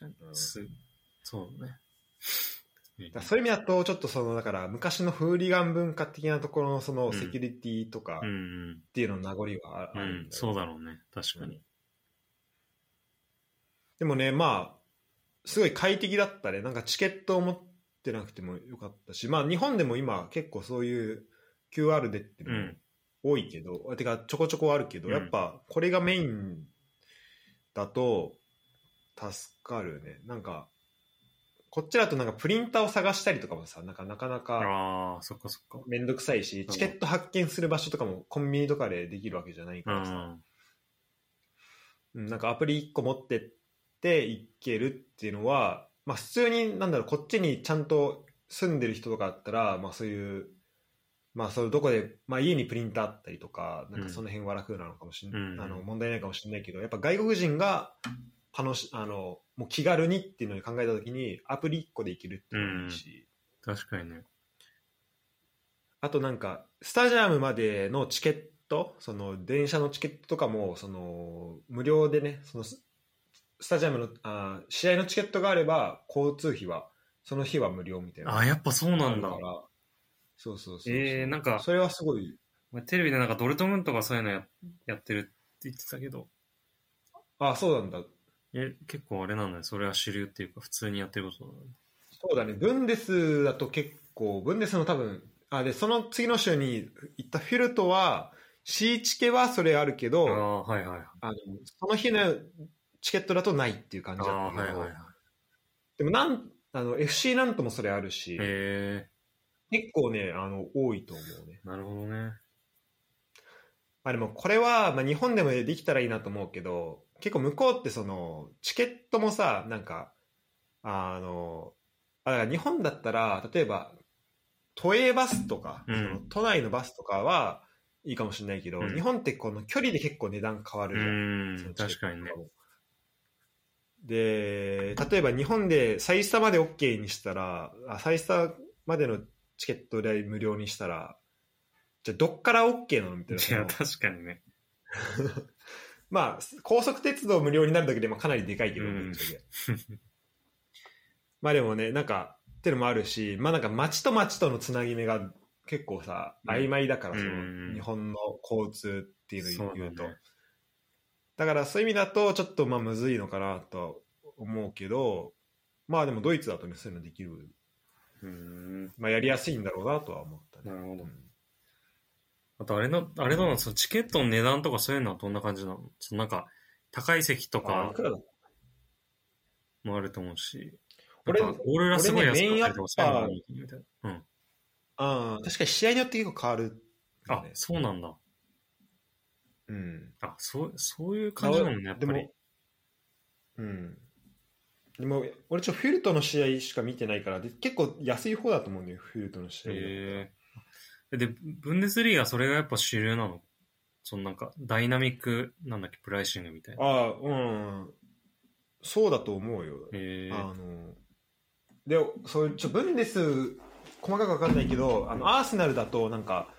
S2: かに。
S1: うん
S2: すそうだね。
S1: からそういう意味だとちょっとそのだから昔のフーリガン文化的なところのその
S2: ん
S1: セキュリティとか
S2: うん
S1: っ
S2: うん。
S1: ていうのの名残はあ
S2: う
S1: ある
S2: ん
S1: ん、だよ
S2: そうだろうね。確かに。
S1: でもねまあすごい快適だったねなんかチケットを持ってなくてもよかったしまあ日本でも今結構そういう QR でっていう
S2: う
S1: のも
S2: ん。
S1: 多いけど、てかちょこちょこあるけど、
S2: うん
S1: やっぱこれがメインだと助かるねなんかこっちだとなんかプリンターを探したりとかもさなんかなかなか
S2: ああ、そっかそっ
S1: めんどくさいし
S2: うん
S1: チケット発見する場所とかもコンビニとかでできるわけじゃないか
S2: か。
S1: らさ、
S2: う
S1: う
S2: ん。
S1: ん、なんかアプリ1個持ってっていけるっていうのは、まあ、普通になんだろうこっちにちゃんと住んでる人とかだったら、まあ、そういう、まあ、それどこで、まあ、家にプリンターあったりとかなんかその辺は楽なのかもしれない、
S2: うん
S1: あの問題ないかもしれないけどやっぱ外国人が楽しあのもう気軽にっていうのに考えた時にアプリ1個でいけるっていうのもいいし。
S2: 確かにね。
S1: あとなんか、スタジアムまでのチケット、その電車のチケットとかも、その無料でね、そのススタジアムのあー試合のチケットがあれば、交通費は、その日は無料みたいな。
S2: ああ、やっぱそうなんだ
S1: あるか。らそうそうそうそう。
S2: えーなんか
S1: それはすごい、
S2: まあテレビでなんかドルトムントがそういうのややってるって言ってたけど、
S1: あそうなんだ。
S2: え、結構あれなんだね。それは主流っていうか、普通にやってることなんだね。
S1: そうだね、ブンデスだと結構、ブンデスの多分、あ、で、その次の週に行ったフィルトは、シーチケはそれあるけ
S2: あ
S1: ど、
S2: あ、はいはいはい。
S1: あのその日のチケットだとないっていう感
S2: あ
S1: じだ
S2: あ、
S1: ったけど、
S2: はいはいはい。
S1: でもなんあの FC なんともそれあるし、
S2: え
S1: 結構ねあの多いと思うね、
S2: ー、なるほどね。
S1: まあ、でもこれは、まあ、日本でもできたらいいなと思うけど結構向こうってそのチケットもさなんかあのあだから日本だったら例えば都営バスとか、
S2: うん
S1: その都内のバスとかはいいかもしれないけど、
S2: うん
S1: 日本ってこの距離で結構値段変わ
S2: う
S1: るじゃん、
S2: ーん、確かにね。。
S1: で、例えば日本でサイスタまで OK にしたら、あサイスタまでのチケット代無料にしたら、じゃあどっから OK なのみたい
S2: い
S1: な。
S2: や、確かにね。
S1: まあ、高速鉄道無料になるだけでもかなりでかいけど、
S2: うん
S1: ぶっちゃけまあでもね、なんか、ってのもあるし、まあなんか街と街とのつなぎ目が結構さ、
S2: うん
S1: 曖昧だから、
S2: うん
S1: その日本の交通っていうのを言うと。
S2: そうだね
S1: だからそういう意味だと、ちょっとまあむずいのかなとは思うけど、まあでもドイツだとね、そういうのできる、
S2: うーん、
S1: まあやりやすいんだろうなとは思ったね。
S2: なるほど
S1: うん。
S2: あと、あれの、あれどうなのそのチケットの値段とかそういうのはどんな感じなのそのなんか、高い席と
S1: あ
S2: か
S1: いくらだ
S2: もあると思うし、
S1: 俺
S2: なんかオーロラすごい安かったりとかそういうのも
S1: 俺ねメインアッパー
S2: いいみたいな。うん。
S1: あー確かに試合によって結構変わる、
S2: あ、そうなんだ。
S1: うん。
S2: あ、そう、そういう感じなのね、やっぱ
S1: で
S2: り
S1: も。、うん。でも、俺ちょ、フィルトの試合しか見てないから、で結構安い方だと思うんだよ、フィルトの試合。
S2: へえで、ブンデスリーガそれがやっぱ主流なのそのなんか、ダイナミック、なんだっけ、プライシングみたいな。
S1: ああ、うん。そうだと思うよ。
S2: へえ
S1: あの、で、そういう、ちょ、ブンデス、細かくわかんないけど、あの、アーセナルだと、なんか、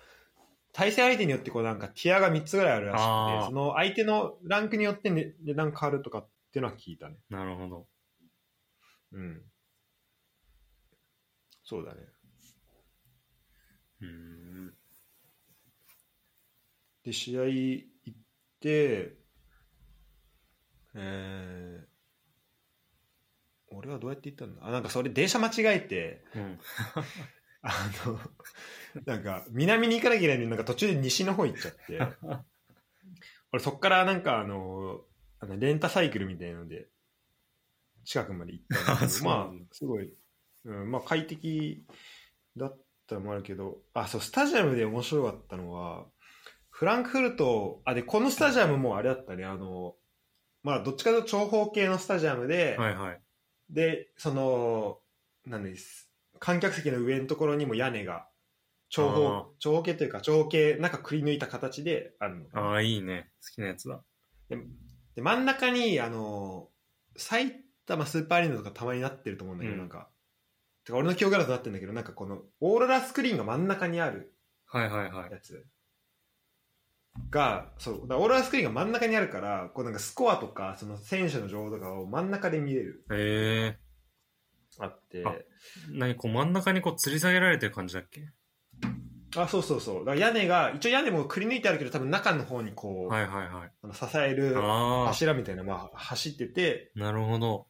S1: 対戦相手によって、こう、なんか、ティアが3つぐらいあるらしく
S2: あ
S1: て
S2: ー、
S1: その相手のランクによってね値段変わるとかっていうのは聞いたね。
S2: なるほど。
S1: うん。そうだね。
S2: うーん。
S1: で、試合行って、えー、俺はどうやって行ったんだあ、なんかそれ電車間違えて、
S2: うん。
S1: あの、なんか南に行かなきゃいけないのになんか途中で西の方行っちゃって、俺そっからなんかあの、あのレンタサイクルみたいなので、近くまで行ったんだ
S2: あ
S1: け
S2: そ
S1: ど、
S2: うな
S1: ま
S2: んだ
S1: あ、すごい、うん、まあ快適だったのもあるけど、あ、そう、スタジアムで面白かったのは、フランクフルト、あ、で、このスタジアムもあれだったね、あの、まあ、どっちかというと長方形のスタジアムで、
S2: はいはい。
S1: で、その、なんです。観客席の上のところにも屋根が、長
S2: あー
S1: 方、長方形というか、長方形、なんかくり抜いた形であるのかな
S2: ああ、いいね。好きなやつだ。
S1: でで、真ん中に、あの、埼玉スーパーアリーナとかたまになってると思うんだけど、
S2: うん
S1: なんか、てか俺の記憶だとなってるんだけど、なんかこの、オーロラスクリーンが真ん中にある
S2: はいはいはい。
S1: やつが、そう、だからオーロラスクリーンが真ん中にあるから、こうなんかスコアとか、その選手の情報とかを真ん中で見れる、
S2: え
S1: あって、
S2: あえー。何こう真ん中にこう吊り下げられてる感じだっけ
S1: あそうそうそうだから屋根が一応屋根もくり抜いてあるけど多分中の方にこう、
S2: はいはいはい。
S1: あの支える
S2: ああ、
S1: 柱みたいなのがまあ走ってて
S2: なるほど。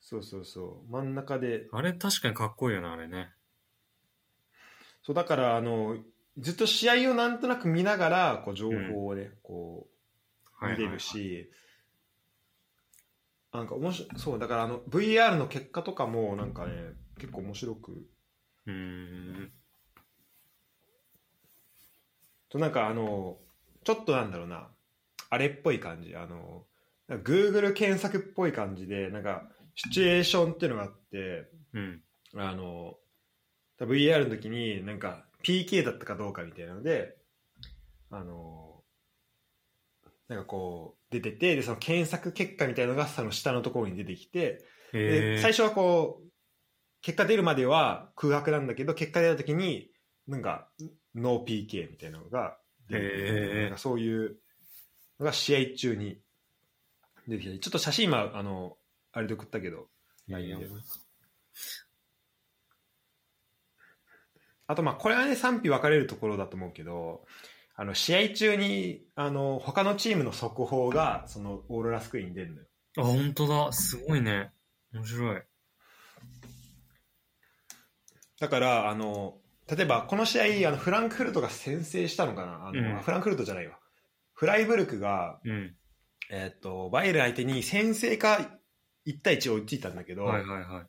S1: そうそうそう真ん中で
S2: あれ確かにかっこいいよな、あれね。
S1: そうだからあのずっと試合をなんとなく見ながらこう情報をね、こう
S2: はい
S1: 見
S2: は
S1: れ
S2: い、
S1: るし、なんか面白いそうだからあの VR の結果とかもなんかね結構面白く
S2: うーん。
S1: となんかあのちょっとなんだろうなあれっぽい感じあのなんか Google 検索っぽい感じでなんかシチュエーションっていうのがあって
S2: うん。
S1: あの VR の時になんか PK だったかどうかみたいなのであのなんかこう出ててでその検索結果みたいなのがその下のところに出てきて
S2: え
S1: で
S2: え
S1: 最初はこう結果出るまでは空白なんだけど結果出た時になんかノー PK みたいなのが出てくる
S2: へー
S1: なんかそういうのが試合中に出てきてちょっと写真今あのあれで送ったけど
S2: いやいや
S1: いいねあとまあこれはね賛否分かれるところだと思うけどあの試合中にあの他のチームの速報がそのオーロラスクリーンに出るのよ
S2: あ、本当だ。すごいね。面白い。
S1: だからあの例えばこの試合あのフランクフルトが先制したのかなあの、
S2: うん
S1: フランクフルトじゃないわフライブルクが、
S2: うん。
S1: えっとバイエルン相手に先制か1対1を追いついたんだけど、
S2: はいはいはい。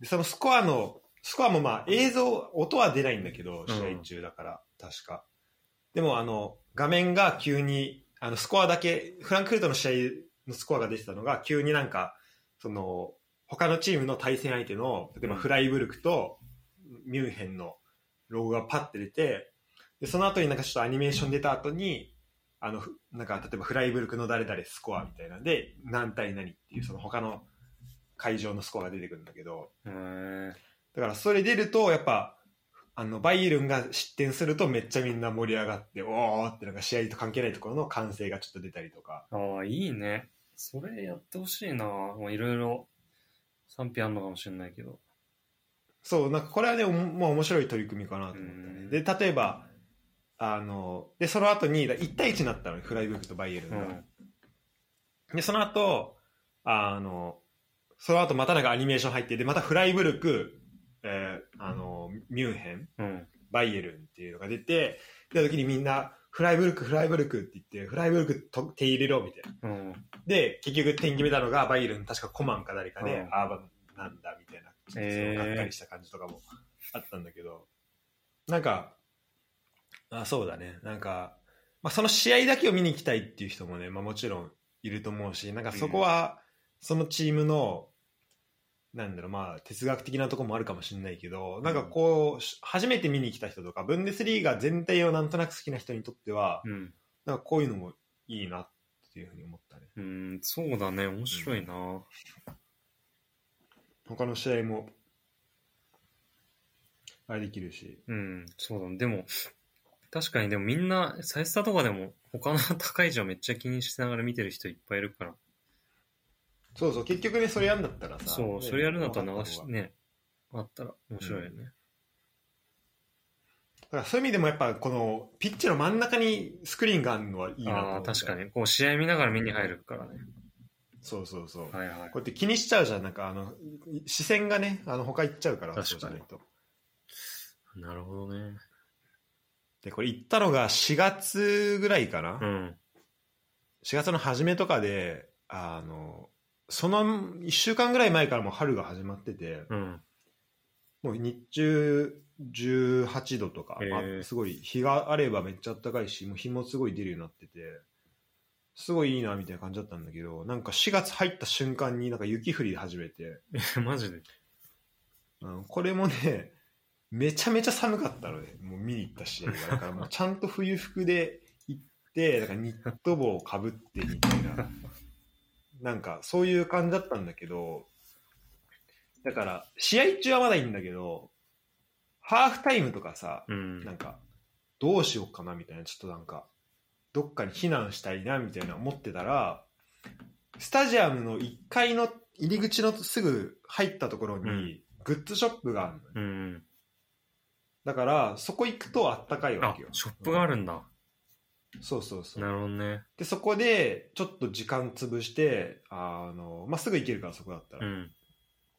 S1: でそのスコアのスコアもまあ映像音は出ないんだけど試合中だから、確かでもあの画面が急にあのスコアだけフランクフルトの試合のスコアが出てたのが急になんかその他のチームの対戦相手の例えば
S2: うん
S1: フライブルクとミュンヘンのロゴがパッて出てでその後になんかちょっとアニメーション出た後にあのふなんか例えばフライブルクの誰々スコアみたいなんで何対何っていうその他の会場のスコアが出てくるんだけど、
S2: へえ
S1: だからそれ出るとやっぱあのバイエルンが失点するとめっちゃみんな盛り上がっておーってなんか試合と関係ないところの歓声がちょっと出たりとか
S2: ああ、いいね。それやってほしいな。もういろいろ賛否あんのかもしれないけど。
S1: そうなんかこれはねおもまあ、面白い取り組みかなと思った
S2: う
S1: ね
S2: ん
S1: で例えばあのでその後にだ1対1になったのねフライブルクとバイエルン
S2: う
S1: が、
S2: ん。
S1: でその後あのその後またなんかアニメーション入ってでまたフライブルク、えーあのミュンヘン
S2: うん。
S1: バイエルンっていうのが出て、出た時にみんな、フライブルク、フライブルクって言って、フライブルクと手入れろ、みたいな。
S2: うん。
S1: で、結局点決めたのが、バイエルン、確かコマンか誰かで、
S2: うん
S1: ああ、なんだ、みたいな、ちょっ
S2: へ
S1: と
S2: ー
S1: がっかりした感じとかもあったんだけど、なんか、あそうだね、なんか、まあ、その試合だけを見に行きたいっていう人もね、まあ、もちろんいると思うし、なんかそこは、そのチームの、なんだろう、まあ、哲学的なところもあるかもしれないけど、なんかこう、し初めて見に来た人とか、ブンデスリーガ全体をなんとなく好きな人にとっては、
S2: うん。
S1: なんかこういうのもいいなっていうふうに思ったね。
S2: うん、そうだね。面白いな。
S1: 他の試合も、あれできるし。
S2: うん、そうだね。でも、確かにでもみんな、サイスタとかでも他の 高い位置をめっちゃ気にしながら見てる人いっぱいいるから。
S1: そうそう、結局ね、それやんだったらさ。
S2: そう、
S1: ね
S2: それやるなと流
S1: 分かった
S2: し
S1: 方が
S2: ね、あったら面白いよね。
S1: だからそういう意味でもやっぱ、この、ピッチの真ん中にスクリーンがあるのはいいなと
S2: あ
S1: 思
S2: あ、
S1: った
S2: 確か。に。こう、試合見ながら見に入るからね。
S1: そうそうそう。
S2: はいはい
S1: こう。やって気にしちゃうじゃん、なんかあの、視線がね、あの、他行っちゃうから、
S2: 確かに
S1: そうじゃないと。
S2: なるほどね。
S1: で、これ行ったのが4月ぐらいかな。
S2: うん。
S1: 4月の初めとかで、あの、その1週間ぐらい前からもう春が始まってて、
S2: うん。
S1: もう日中18度とか、
S2: へー
S1: あすごい日があればめっちゃ暖かいし、もう日もすごい出るようになってて、すごいいいなみたいな感じだったんだけど、なんか4月入った瞬間になんか雪降り始めて、
S2: え、マジで。
S1: うん、これもね、 めちゃめちゃ寒かったのね、もう見に行った試合が。だからもうちゃんと冬服で行って、だからニット帽をかぶってみたいな、 なんかそういう感じだったんだけど、だから試合中はまだいいんだけど、ハーフタイムとかさ、
S2: うん。
S1: なんかどうしようかなみたいな、ちょっとなんか、どっかに避難したいなみたいな思ってたら、スタジアムの1階の入り口のすぐ入ったところ
S2: う
S1: に
S2: ん、
S1: グッズショップがあるのね、
S2: うん。
S1: だから、そこ行くとあったかいわ
S2: あ
S1: けよ、。
S2: ショップがあるんだ。
S1: そうそうそ
S2: な
S1: う。
S2: るほどね。
S1: で、そこで、ちょっと時間潰して、あの、まあ、すぐ行けるから、そこだった
S2: う
S1: ら。
S2: ん。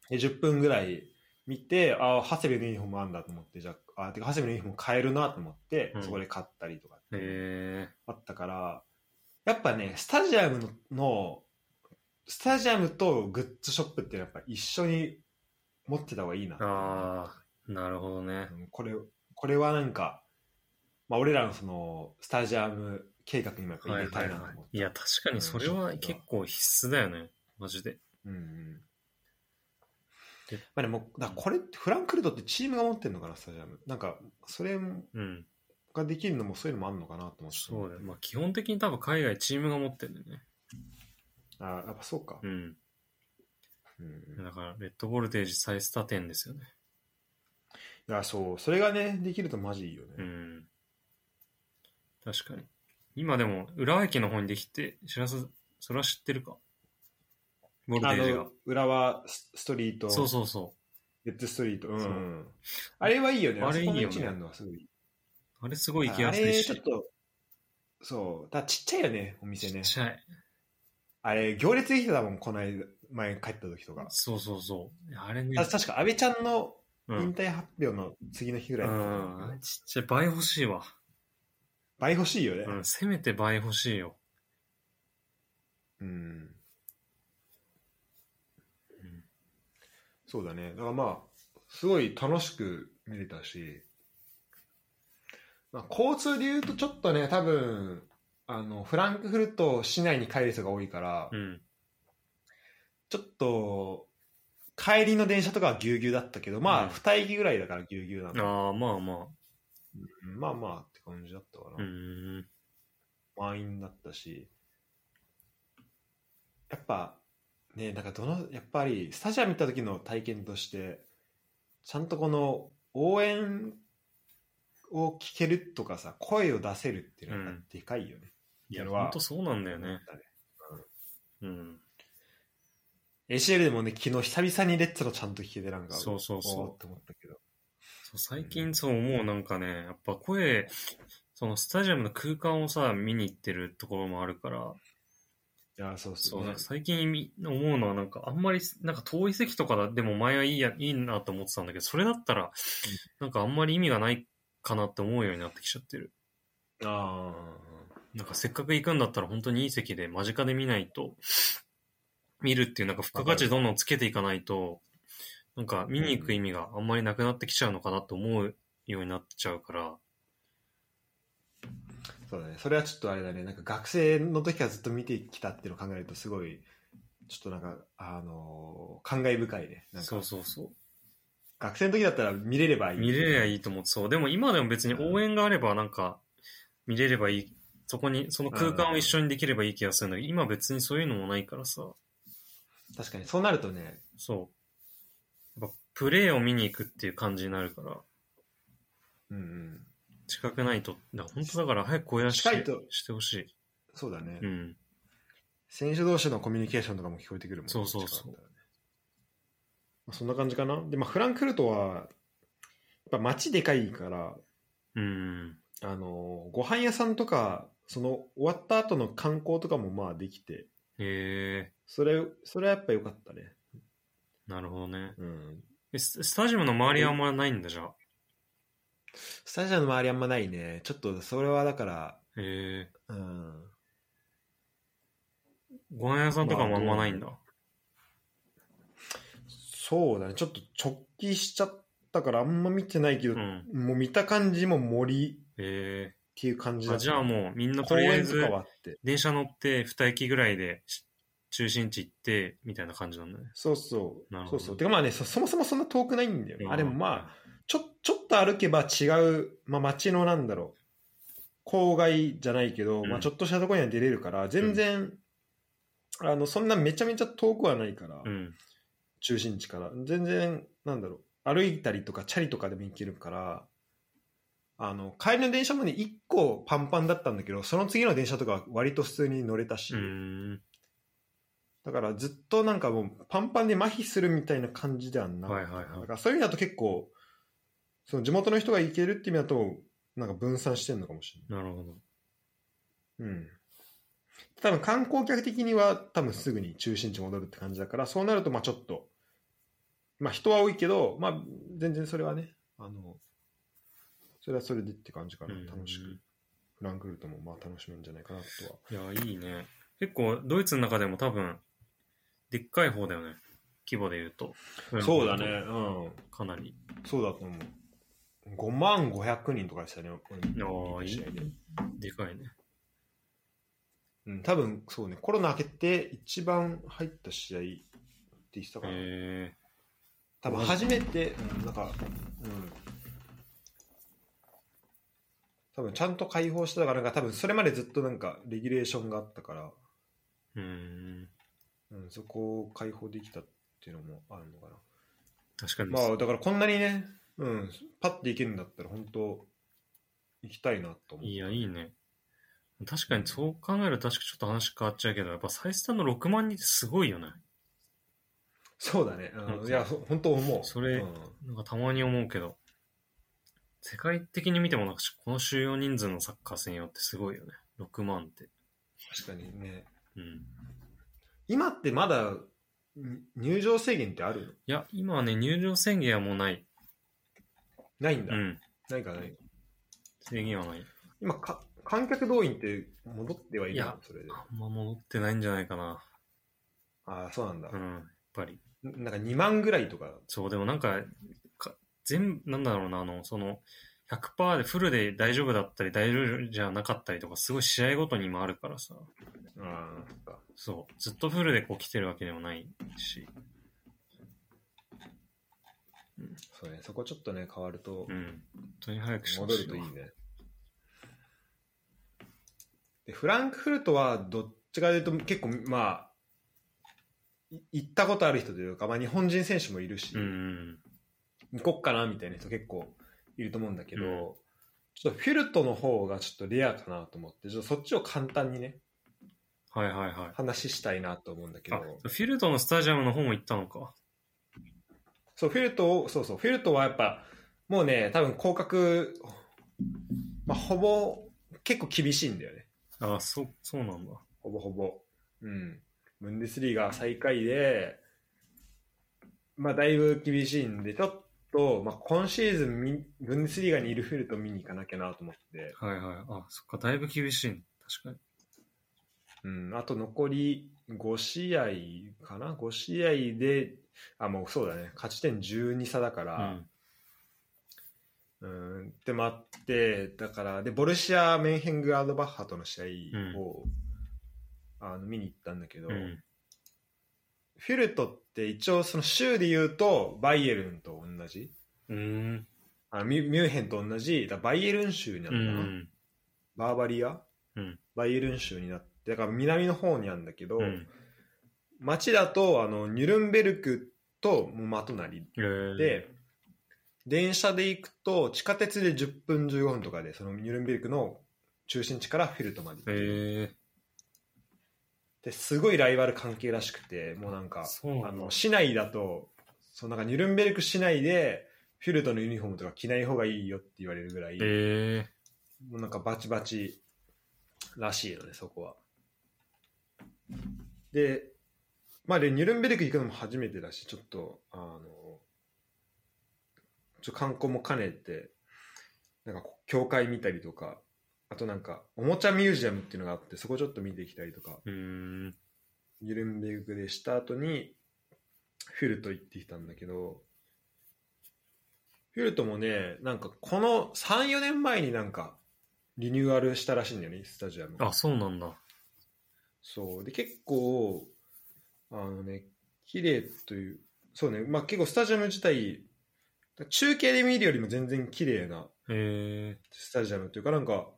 S1: で、10分ぐらい見て、あ、長谷部のユニフォームあんだと思って、じゃあ、あ、てか、長谷部のユニフォーム買えるなと思って
S2: う、ん
S1: そこで買ったりとかって
S2: え
S1: あったから、やっぱね、スタジアムのの、スタジアムとグッズショップってやっぱ一緒に持ってた方がいいな
S2: ー。ああ、なるほどね。
S1: うんこれ、これはなんか、まあ、俺らのその、スタジアム計画にもやっぱ入れたいなと思って。
S2: いや、確かにそれは結構必須だよね。マジで。
S1: うんうん
S2: で
S1: まあでも、だからこれってフランクフルトってチームが持ってるのかな、スタジアム。なんか、それ
S2: うん。
S1: ができるのもそういうのもあるのかなと思って。
S2: そうだよ。まあ、基本的に多分海外チームが持ってるんだよね。
S1: あやっぱそうか。
S2: うん。
S1: うんうん
S2: だから、レッドボルテージ再スタ10ですよね。
S1: いや、そう。それがね、できるとマジいいよね。
S2: うん。確かに。今でも、浦和駅の方にできて、知らず、それは知ってるか。ボルテ
S1: あ
S2: ージが
S1: の。、浦和スストリート、
S2: そうそうそ
S1: レッドストリート。うんう。
S2: そうん
S1: あれはいいよね。
S2: あれいいよ
S1: あそこ
S2: ね
S1: の位置にあるのはすごい。
S2: う。あれすごい行きやすいし。
S1: あれちょっと、そう。だからちっちゃいよね、お店
S2: ち
S1: ね
S2: っ。ちゃい。
S1: あれ、行列できてたもん、この間、前帰った時とか。
S2: そうそうそう。あれね。
S1: た確か、安倍ちゃんの
S2: うん
S1: 引退発表の次の日ぐらいだったんだけど
S2: うんちっちゃい。倍欲しいわ。
S1: 倍欲しいよね。
S2: うん。せめて倍欲しいよ。
S1: うん。
S2: うん
S1: そうだね。だからまあ、すごい楽しく見れたし、まあ、交通で言うとちょっとね、多分、あの、フランクフルト市内に帰る人が多いから、
S2: うん。
S1: ちょっと、帰りの電車とかはぎゅうぎゅうだったけど、ま
S2: う
S1: あ、
S2: ん
S1: 二駅ぐらいだからぎゅうぎゅうなの。
S2: ああ、まあま
S1: うんまあまあって感じだったかな。
S2: あ。うん。
S1: 満員だったし、やっぱね、なんかどの、やっぱりスタジアム行った時の体験として、ちゃんとこの応援を聞けるとかさ、声を出せるっていうのはやっぱでかいよね。
S2: い
S1: そ
S2: や、
S1: れは
S2: ほんとそうなんだよね。うん。
S1: ACL でもね、昨日久々にレッツのちゃんと聞けてなんか、
S2: そうそうそう
S1: おーって思ったけど。
S2: そう最近そう思うなんかね、やっぱ声、そのスタジアムの空間をさ、見に行ってるところもあるから、
S1: いや、そうそ。
S2: そうう、なんか最近み思うのはなんかあんまり、なんか遠い席とかだでも前はいいや、いいなと思ってたんだけど、それだったら、なんかあんまり意味がないかなって思うようになってきちゃってる。
S1: あ
S2: なんかせっかく行くんだったら本当にいい席で間近で見ないと、見るっていうなんか付加価値どんどんつけていかないと、なんか見に行く意味があんまりなくなってきちゃうのかなと思うようになっちゃうから、
S1: ーそうだね。それはちょっとあれだね。なんか学生の時からずっと見てきたっていうのを考えると、すごい、ちょっとなんか、あのー感慨深いね。なんか
S2: そうそうそう。
S1: 学生の時だったら見れればいい。
S2: 見れりゃいいと思って、そう。でも今でも別に応援があればなんか、見れればいい。そこに、その空間を一緒にできればいい気がするんだけど、今別にそういうのもないからさ、
S1: 確かに、そうなるとね、
S2: そう。やっぱプレーを見に行くっていう感じになるから、
S1: うんうん。
S2: 近くないと、だから本当だから早く声出し
S1: 近いと
S2: してほしい。
S1: そうだね、
S2: うん。
S1: 選手同士のコミュニケーションとかも聞こえてくるもんね
S2: そうそうそう
S1: 近かったらねまあ、そんな感じかな。で、まあ、フランクフルトは、やっぱ街でかいから、
S2: うん。
S1: あのーご飯屋さんとか、その終わった後の観光とかもまあできて、
S2: へえ
S1: それ、それはやっぱ良かったね。
S2: なるほどね。
S1: うん。
S2: えススタジアムの周りはあんまりないんだじゃあ。
S1: ススタジアムの周りあんまないね。ちょっと、それはだから、
S2: ええ
S1: うん。
S2: ご飯屋さんとかもあんまないんだ。
S1: そうだね。ちょっと直帰しちゃったから、あんま見てないけど、
S2: うん。
S1: もう見た感じも森っ
S2: え
S1: ていう感
S2: え
S1: じだ
S2: あ
S1: った
S2: じゃあもうみんなと
S1: 公
S2: りあえ
S1: 園と
S2: ず
S1: かはあって。
S2: 電車乗って2駅ぐらいでし中心地行ってみたいな感じなんだね。
S1: そうそ
S2: なる
S1: う。
S2: ほ
S1: そうそ
S2: ど
S1: う。てかまあねそ、そもそもそんな遠くないんだよね。あ、でもまあ、
S2: あ。
S1: ちょ、ちょっと歩けば違う、まあ街のなんだろう、郊外じゃないけど、
S2: うん
S1: まあちょっとしたところには出れるから、全然、あの、そんなめちゃめちゃ遠くはないから、
S2: うん。
S1: 中心地から。全然、なんだろう、歩いたりとか、チャリとかでも行けるから、あの、帰りの電車もね、1個パンパンだったんだけど、その次の電車とかは割と普通に乗れたし、
S2: うーん。
S1: だからずっとなんかもうパンパンで麻痺するみたいな感じではな
S2: はい
S1: か
S2: はいはい
S1: っただからそういう意味だと結構その地元の人が行けるっていう意味だとなんか分散してるのかもし
S2: なるほど。
S1: れない、うん、多分観光客的には多分すぐに中心地戻るって感じだからそうなるとまあちょっとまあ人は多いけどまあ全然それはねあのそれはそれでって感じかな
S2: うん
S1: 楽しくフランクフルトもまあ楽しめるんじゃないかなとはい
S2: や、いいね。結構、ドイツの中でも多分、でっかい方だよね。規模で言うと。
S1: うん
S2: かなり。
S1: そうだと思う。5万500人とかでしたね、
S2: ああ、い
S1: 俺
S2: い
S1: 試合で。。
S2: でかいね。
S1: うん、多分そうね、コロナ明けて一番入った試合って言ってたから、
S2: え
S1: 多分初めて、うん、なんか、うん。多分ちゃんと解放したから、なんか多分それまでずっとなんかレギュレーションがあったから、
S2: えうーん。
S1: うん、そこを解放できたっていうのもあるのかな。
S2: 確かに。
S1: まあだからこんなにね、うん、パッていけるんだったら本当行きたいなと思う。
S2: いや、いいね。確かに、そう考えると、確かにちょっと話変わっちゃうけど、やっぱ最スタの6万人ってすごいよね。
S1: そうだね。
S2: なん
S1: う
S2: か
S1: ん、いや、ほ本当思う。
S2: それ
S1: うん
S2: なんかたまに思うけど、世界的に見ても、なんかこの収容人数のサッカー専用ってすごいよね。6万って。
S1: 確かにね。
S2: うん。
S1: 今ってまだに入場制限ってあるの
S2: いや、今はね、入場宣言はもうない。
S1: ないんだ。
S2: うん。
S1: ないかない。
S2: 制限はない。
S1: 今か、観客動員って戻ってはい
S2: い
S1: る
S2: や
S1: のそれで。
S2: あんま戻ってないんじゃないかな。
S1: ああ、そうなんだ
S2: う。ん。やっぱり。
S1: なんか2万ぐらいとか。
S2: そう、でもなんか、か全部、なんだろうな、あの、その、100%でフルで大丈夫だったり、大丈夫じゃなかったりとか、すごい試合ごとにもあるからさ。
S1: ああ、そっか。
S2: そう。ずっとフルでこう来てるわけでもないし。
S1: そうね。そこちょっとね、変わると
S2: う、ん。本当に早くしてほ
S1: 戻
S2: し
S1: る
S2: い
S1: と
S2: わ
S1: いいね。で、フランクフルトはどっちかというと結構、まあ、い行ったことある人というか、まあ日本人選手もいるし、
S2: うんうん。
S1: 行こっかなみたいな人結構いると思うんだけど、
S2: うん
S1: ちょっとフィルトの方がちょっとレアかなと思って、ちょっとそっちを簡単にね、
S2: はいはいはい。
S1: 話したいなと思うんだけど
S2: あ、、フィルトのスタジアムの方も行ったのか。
S1: そう、フィルトを、そうそう、フィルトはやっぱ、もうね、多分広角、まあ、ほぼ、結構厳しいんだよね。
S2: あ、そ、そうなんだ。
S1: ほぼほぼ。うん。ブンデスリーが最下位で、まあ、だいぶ厳しいんで、ちょっと、まあ、今シーズンみ、ブンデスリーガにいるフィルト見に行かなきゃなと思って、
S2: はいはい。あ、そっか、だいぶ厳しいね。確かに。
S1: うん、あと残り5試合かな、5試合で、あ、もうそうだね、勝ち点12差だから、うん、って待って、だから、で、ボルシア・メンヘング・アドバッハとの試合を、あの見に行ったんだけど、
S2: うん。うん。
S1: フィルトって一応、その州で言うと、バイエルンと同じ、
S2: うーん。
S1: あミュミュンヘンと同じ、だバイエルン州にな
S2: う
S1: るのかな、
S2: ん。
S1: バーバリア、
S2: うん
S1: バイエルン州になって、だから南の方にあるんだけど、
S2: うん。
S1: 町だとあのニュルンベルクともう真隣
S2: えー、
S1: で、電車で行くと地下鉄で10分15分とかでそのニュルンベルクの中心地からフィルトまで行ける
S2: え
S1: ですごいライバル関係らしくてもうなん
S2: ー、
S1: か
S2: そうな
S1: あ
S2: んだ
S1: の。市内だとそうなんかニュルンベルク市内でフィルトのユニフォームとか着ない方がいいよって言われるぐらい、
S2: え
S1: もうなんかバチバチらしいのね、そこは。で、まあで、ニュルンベルク行くのも初めてだし、ちょっと、あの、ちょっと観光も兼ねて、なんかこう教会見たりとか、あとなんか、おもちゃミュージアムっていうのがあって、そこちょっと見てきたりとか、
S2: うーん。
S1: ギルンベルクでした後に、フュルト行ってきたんだけど、フュルトもね、なんかこの3、4年前になんか、リニューアルしたらしいんだよね、スタジアム。
S2: あ、そうなんだ。
S1: そう。で、結構、あのね、綺麗という、そうね、まあ結構スタジアム自体、中継で見るよりも全然綺麗な
S2: へえ。
S1: スタジアムというか、なんか、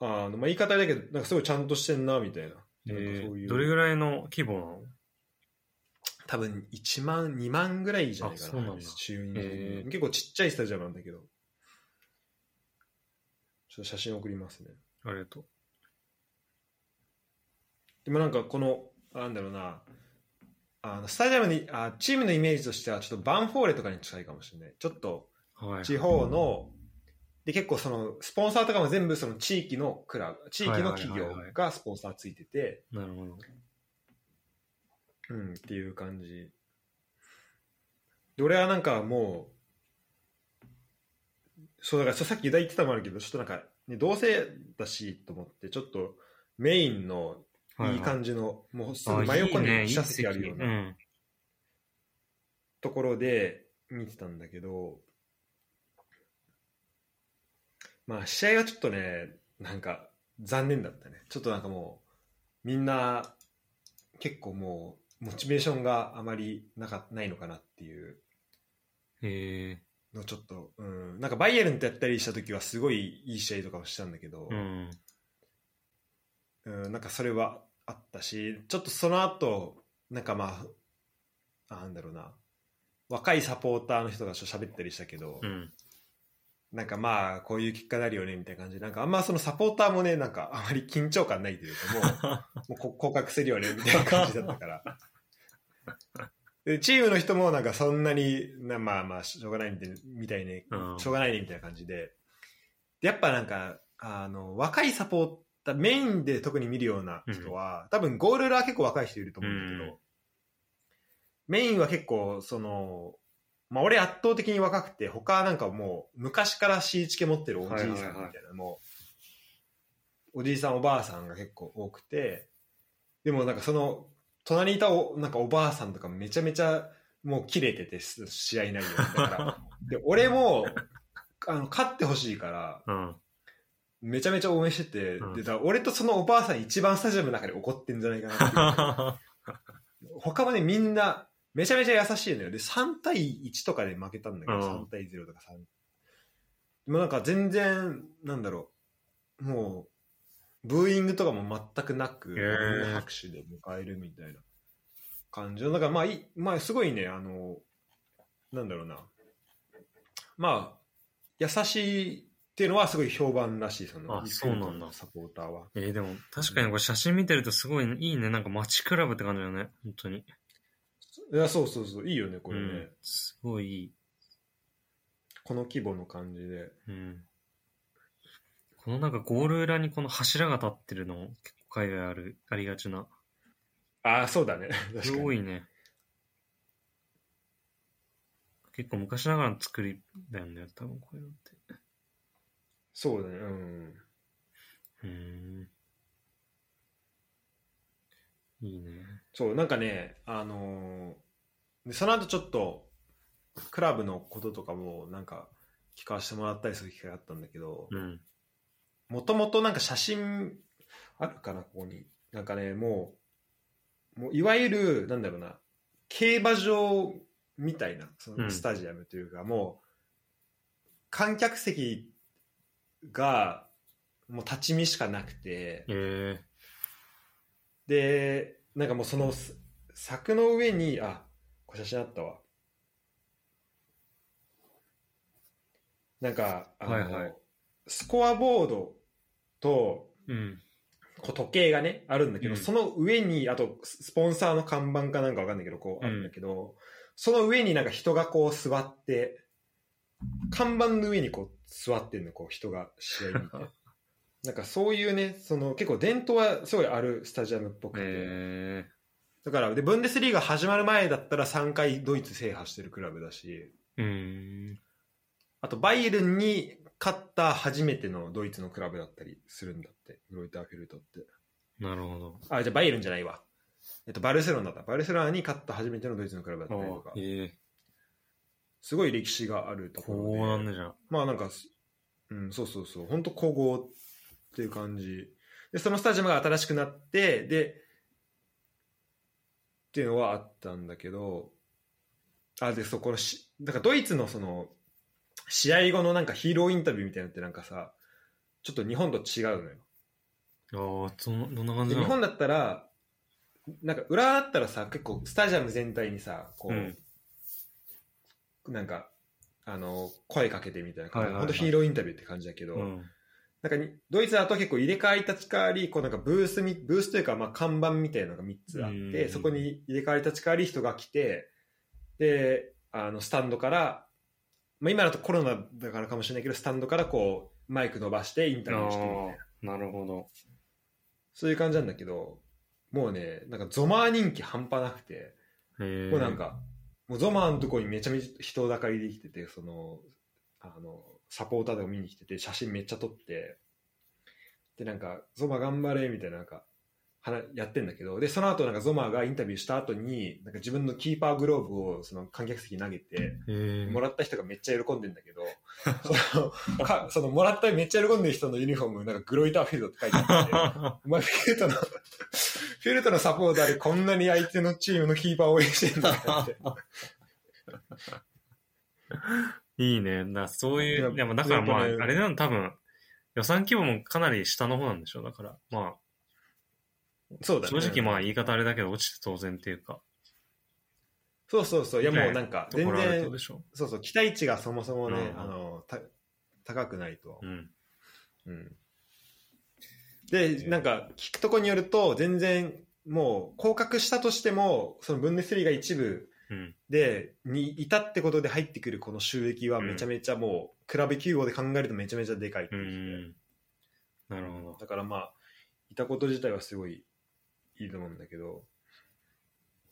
S1: あの、まあ言い方だけど、なんかすごいちゃんとしてんな、みたいな。
S2: え
S1: なんかそうい
S2: ー
S1: う
S2: どれぐらいの規模なの
S1: 多分1万、2万ぐらいじゃない
S2: あ
S1: か
S2: そう
S1: な、
S2: なんだ
S1: 収入
S2: へえ
S1: 結構ちっちゃいスタジアムなんだけど、ちょっと写真送りますね。
S2: ありがとう。
S1: でもなんかこの、なんだろうな、あのスタジアムにあ、チームのイメージとしては、ちょっとバンフォーレとかに近いかもしれない。ちょっと
S2: はい。
S1: 地方の、で結構その、スポンサーとかも全部その地域のクラブ、地域の企業
S2: はいはいはいはい
S1: がスポンサーついてて、
S2: なるほど。
S1: うん、っていう感じ。で、俺はなんかもう、そうだからそうさっきユダ言ってたのもあるけど、ちょっとなんか、ね、どうせだしと思って、ちょっとメインのいい感じの、もうす
S2: は
S1: ぐ
S2: は
S1: 真横
S2: あいいね
S1: に記者席あるよう
S2: いい
S1: な
S2: 席
S1: ところで見てたんだけど、まあ試合はちょっとね、なんか残念だったね。ちょっとなんかもう、みんな結構もう、モチベーションがあまりなかないのかなっていう
S2: うん。へえ。
S1: のちょっと、うん、なんかバイエルンとやったりした時はすごいいい試合とかをしたんだけど、
S2: うん。
S1: うん、なんかそれはあったし、ちょっとその後、なんかまあ、あなんだろうな、若いサポーターの人がちょっと喋ったりしたけど、
S2: うん。
S1: なんかまあ、こういう結果になるよね、みたいな感じで、なんかあんまそのサポーターもね、なんかあまり緊張感ないというか、 もう、もうこ降格するよね、みたいな感じだったから。でチームの人もなんかそんなに、なまあまあ、しょうがないみたいなみたいね、
S2: うん
S1: しょうがないね、みたいな感じで。でやっぱなんか、あの、若いサポーター、メインで特に見るような人は、多分ゴール裏は結構若い人いると思うんだけど、
S2: うん
S1: メインは結構、その、まあ俺圧倒的に若くて、他なんかもう昔からシーチケ持ってるおじいさんみたいな、
S2: はいはい
S1: もう、おじいさんおばあさんが結構多くて、でもなんかその、隣にいたおなんかおばあさんとかめちゃめちゃもう切れてて、す試合内容だから。 で、俺も、あの、勝ってほしいから、
S2: うん。
S1: めちゃめちゃ応援してて、
S2: うん
S1: で、だから俺とそのおばあさん一番スタジアムの中で怒ってんじゃないかなっ ていうぐらい他もね、みんな、めちゃめちゃ優しいのよ。で、3対1とかで負けたんだけど、
S2: うん
S1: 3対0とか3。もうなんか全然、なんだろう、もう、ブーイングとかも全くなく、
S2: へー
S1: みんな拍手で迎えるみたいな感じの、だからまあいい、まあすごいね、あの、なんだろうな、まあ、優しいっていうのはすごい評判らしい、その、
S2: あそうなんだ
S1: サポーターは。
S2: えー、でも確かにこれ写真見てるとすごいいいね。なんか街クラブって感じだよね。本当に。
S1: いや、そうそうそう、いいよね、こ
S2: う
S1: れね。
S2: ん。すごいいい。
S1: この規模の感じで。
S2: うん。このなんかゴール裏にこの柱が立ってるのも結構海外ある、ありがちな。
S1: ああ、そうだね。
S2: す
S1: 確か
S2: ご
S1: に。
S2: いね。結構昔ながらの作りだよね。多分こういうのって。
S1: そうだね。うん。
S2: うーん。いいね。
S1: そう、なんかね、あのーでその後ちょっと、クラブのこととかも、なんか、聞かせてもらったりする機会があったんだけど、
S2: うん。
S1: もともとなんか写真、あるかな、ここに。なんかね、もう、もういわゆる、なんだろうな、競馬場みたいな、そ
S2: うん
S1: のスタジアムというか、もう、観客席が、もう立ち見しかなくて、
S2: え
S1: で、なんかもうそのす柵の上に、あ、これ写真あったわ。なんか、あの、
S2: はいはい
S1: スコアボードと、
S2: えうん。
S1: こう時計がね、あるんだけど、
S2: うん
S1: その上に、あと、ススポンサーの看板かなんかわかんないけど、こうあるんだけど、その上になんか人がこう座って、看板の上にこう座ってんの、こう人が試合見て。 なんかそういうね、その結構伝統はすごいあるスタジアムっぽくて、
S2: え
S1: だから、で、ブンデスリーガ始まる前だったら3回ドイツ制覇してるクラブだし、
S2: えうーん。
S1: あとバイエルンに勝った初めてのドイツのクラブだったりするんだって、グロイターフェルトって。
S2: なるほど。
S1: あ、じゃあバイエルンじゃないわ。えっと、バルセロナだ。バルセロナに勝った初めてのドイツのクラブだったりとか
S2: あ、ええ
S1: すごい歴史があるところ
S2: こ
S1: で。
S2: うなんだじゃん。
S1: まあなんか、うん、そうそうそう、本当古豪っていう感じ。で、そのスタジアムが新しくなって、で、っていうのはあったんだけど、あ、で、そこのし、なんかドイツのその、試合後のなんかヒーローインタビューみたいなのってなんかさ、ちょっと日本と違うのよ。
S2: ああ、そんどんな感
S1: で
S2: じな
S1: 日
S2: の
S1: 本だったら、なんか裏だったらさ、結構スタジアム全体にさ、こう、
S2: うん
S1: なんか、あの、声かけてみたいな感じ、
S2: はいはいはい
S1: 本当ヒーローインタビューって感じだけど、
S2: うん。
S1: なんかにドイツだと結構入れ替え立ち替わり、こうなんかブースみ、ブースというかまあ看板みたいなのが3つあっ
S2: う
S1: て、
S2: ん
S1: そこに入れ替わり立ち替わり人が来て、で、あの、スタンドから、まあ今だとコロナだからかもしれないけど、スタンドからこう、マイク伸ばしてインタビューしてみたいな
S2: あ。あ、なるほど。
S1: そういう感じなんだけど、もうね、なんかゾマー人気半端なくて、
S2: ええ
S1: もうなんか、もうゾマーのとこにめちゃめちゃ人だかりできてて、その、あの、サポーターとか見に来てて、写真めっちゃ撮って、で、なんか、ゾマ頑張れ、みたいな、なんか、話やってんだけど、で、その後、なんか、ゾマがインタビューした後に、なんか自分のキーパーグローブを、その観客席に投げて、
S2: ええ
S1: もらった人がめっちゃ喜んでんだけど、その、 かそのもらっためっちゃ喜んでる人のユニフォーム、なんか、グロイターフィールドって書いてあって、お前、フィルトの、フィルトのサポーターでこんなに相手のチームのキーパーを応援してんだって。
S2: いいね。だそういう、
S1: いや
S2: でもだからまあ、あ
S1: ずっとね
S2: れなの多分、予算規模もかなり下の方なんでしょう。だから、ま
S1: そう
S2: あ、
S1: だ
S2: 正
S1: ね。
S2: 直まあ言い方あれだけど、落ちて当然っていうか、
S1: そうそうそう。いや、
S2: ね
S1: もうなんか、
S2: とこ
S1: 全
S2: ろあるってこと
S1: 然
S2: で、しょ
S1: そうそう、期待値がそもそもね
S2: う、ん
S1: あの、た高くないと
S2: う。。うん。
S1: うん。で、なんか、聞くとこによると、全然、もう、降格したとしても、そのブンデスリーが一部
S2: うん。
S1: で、にいたってことで入ってくるこの収益はめちゃめちゃもう、比べ9号で考えるとめちゃめちゃでかいって
S2: う
S1: 言ってて
S2: ん。なるほど。
S1: だからまあ、いたこと自体はすごいいいと思うんだけど、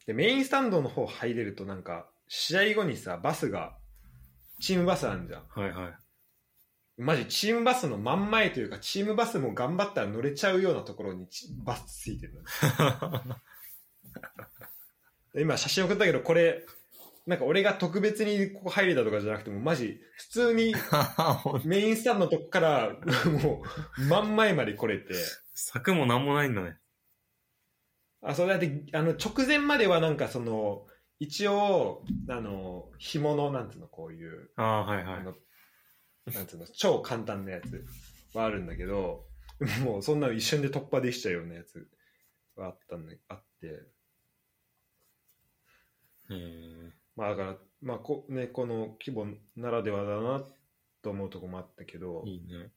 S1: で、メインスタンドの方入れるとなんか、試合後にさ、バスが、チームバスあるじゃん。
S2: は いはい。
S1: マジ、チームバスの真ん前というか、チームバスも頑張ったら乗れちゃうようなところにチバスついてるのね。で今写真送ったけど、これ、なんか俺が特別にここ入れたとかじゃなくても、マジ、普通にメインスタンドのとこから、もう、真ん前まで来れて、
S2: 柵もなんもないんだね。
S1: あ、そうだって、あの、直前まではなんかその、一応、あの、紐の、なんつうの、こういう、
S2: ああ、はいは
S1: あ
S2: い。
S1: の、なんつうの、超簡単なやつはあるんだけど、 もうそんなの一瞬で突破できちゃうようなやつはあったんだ、あって、
S2: ええ
S1: まあだから、まあこ、ね、この規模ならではだなと思うとこもあったけど、
S2: いいね。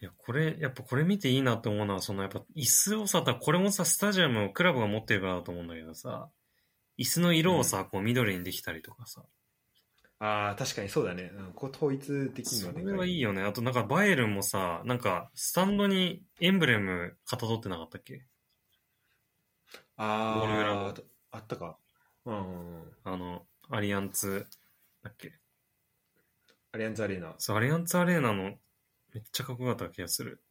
S2: いや、これ、やっぱこれ見ていいなって思うのは、そのやっぱ椅子をさ、だこれもさ、スタジアムをクラブが持ってるからだと思うんだけどさ、椅子の色をさ、こう緑にできたりとかさ、
S1: ああ、確かにそうだね。うんこう統一できるの
S2: そ
S1: はでか
S2: れはいいよね。あとなんかバイエルンもさ、なんかスタンドにエンブレムかたどってなかったっけゴール裏
S1: あ
S2: も
S1: あ、あったか。うんうんうん。
S2: あの、アリアンツ、だっけ
S1: アリアンズアリーナ。
S2: そう、アリアンツアレーナの、めっちゃかっこよかった気がする。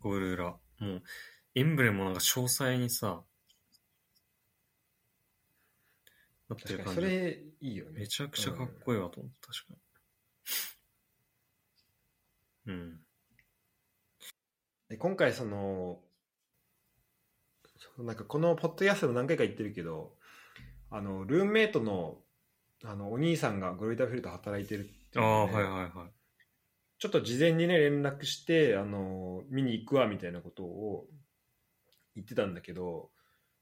S2: ゴール裏。もう、エンブレムもなんか詳細にさ、なって
S1: 確か
S2: る
S1: に、
S2: 感
S1: そ
S2: じ。
S1: れいいよね
S2: め。ちゃくちゃかっこいいわと思った、確かに。うん。
S1: で今回そのそうなんかこのポッドキャストでも何回か言ってるけどあのルームメイトのあのお兄さんがグロイターフィールド働いてるって
S2: あ
S1: いう
S2: あ、
S1: ので
S2: はいはいはい。
S1: ちょっと事前にね連絡してあの見に行くわみたいなことを言ってたんだけど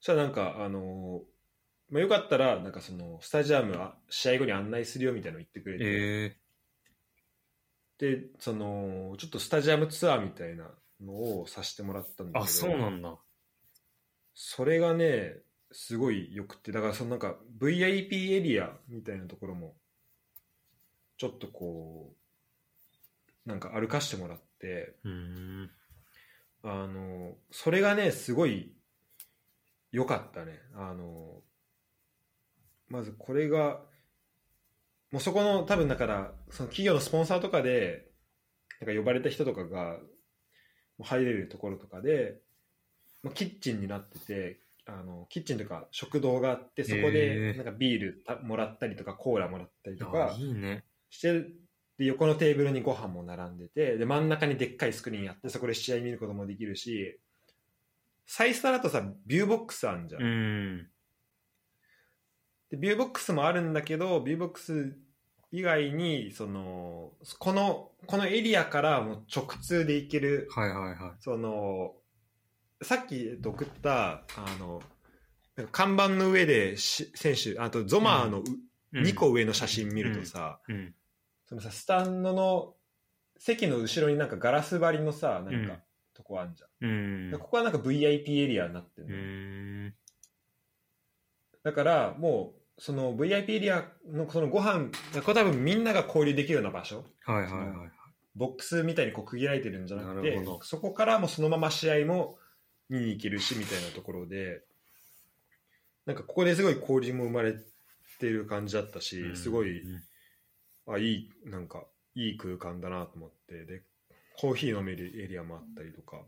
S1: そしたらなんかあの、まあ、よかったらなんかそのスタジアムあ試合後に案内するよみたいなの言ってくれて、
S2: え
S1: でそのちょっとスタジアムツアーみたいなのをさせてもらったんだ
S2: え
S1: けど
S2: あ、そうなんだ。
S1: それがね、すごいよくって、だからそのなんか VIP エリアみたいなところも、ちょっとこう、なんか歩かしてもらって、
S2: うーん。
S1: あの、それがね、すごい良かったね。あの、まずこれが、もうそこの多分だからその企業のスポンサーとかでなんか呼ばれた人とかがもう入れるところとかで、まあ、キッチンになっててあのキッチンとか食堂があってそこ
S2: へ
S1: で
S2: ー
S1: なんかビールたもらったりとかコーラもらったりと
S2: あ
S1: か
S2: いいね。
S1: してで横のテーブルにご飯も並んでてで真ん中にでっかいスクリーンあってそこで試合見ることもできるし最スタだとさビューボックスあんじゃん
S2: うん。
S1: でビューボックスもあるんだけどビューボックス以外にそのこのこのエリアからもう直通で行ける
S2: はいはいは
S1: そのさっきえっと送ったあのなんか看板の上でし選手あとゾマーの
S2: い。うん
S1: 2個。上の写真見るとさ、
S2: うん。
S1: そのさスタンドの席の後ろになんかガラス張りのさなん
S2: うん
S1: かとこあんじゃん、
S2: うん
S1: で。ここはなんか VIP エリアになってる
S2: う
S1: の、
S2: ん。
S1: だからもうその VIP エリアのそのご飯これ多分みんなが交流できるような場所
S2: はいはいはい。
S1: ボックスみたいにこう区切られてるんじゃなくて
S2: なるほど
S1: そこからもうそのまま試合も見に行けるしみたいなところでなんかここですごい交流も生まれてる感じだったし、
S2: うん
S1: すごい
S2: うん
S1: あいいなんかいい空間だなと思ってでコーヒー飲めるエリアもあったりとかっ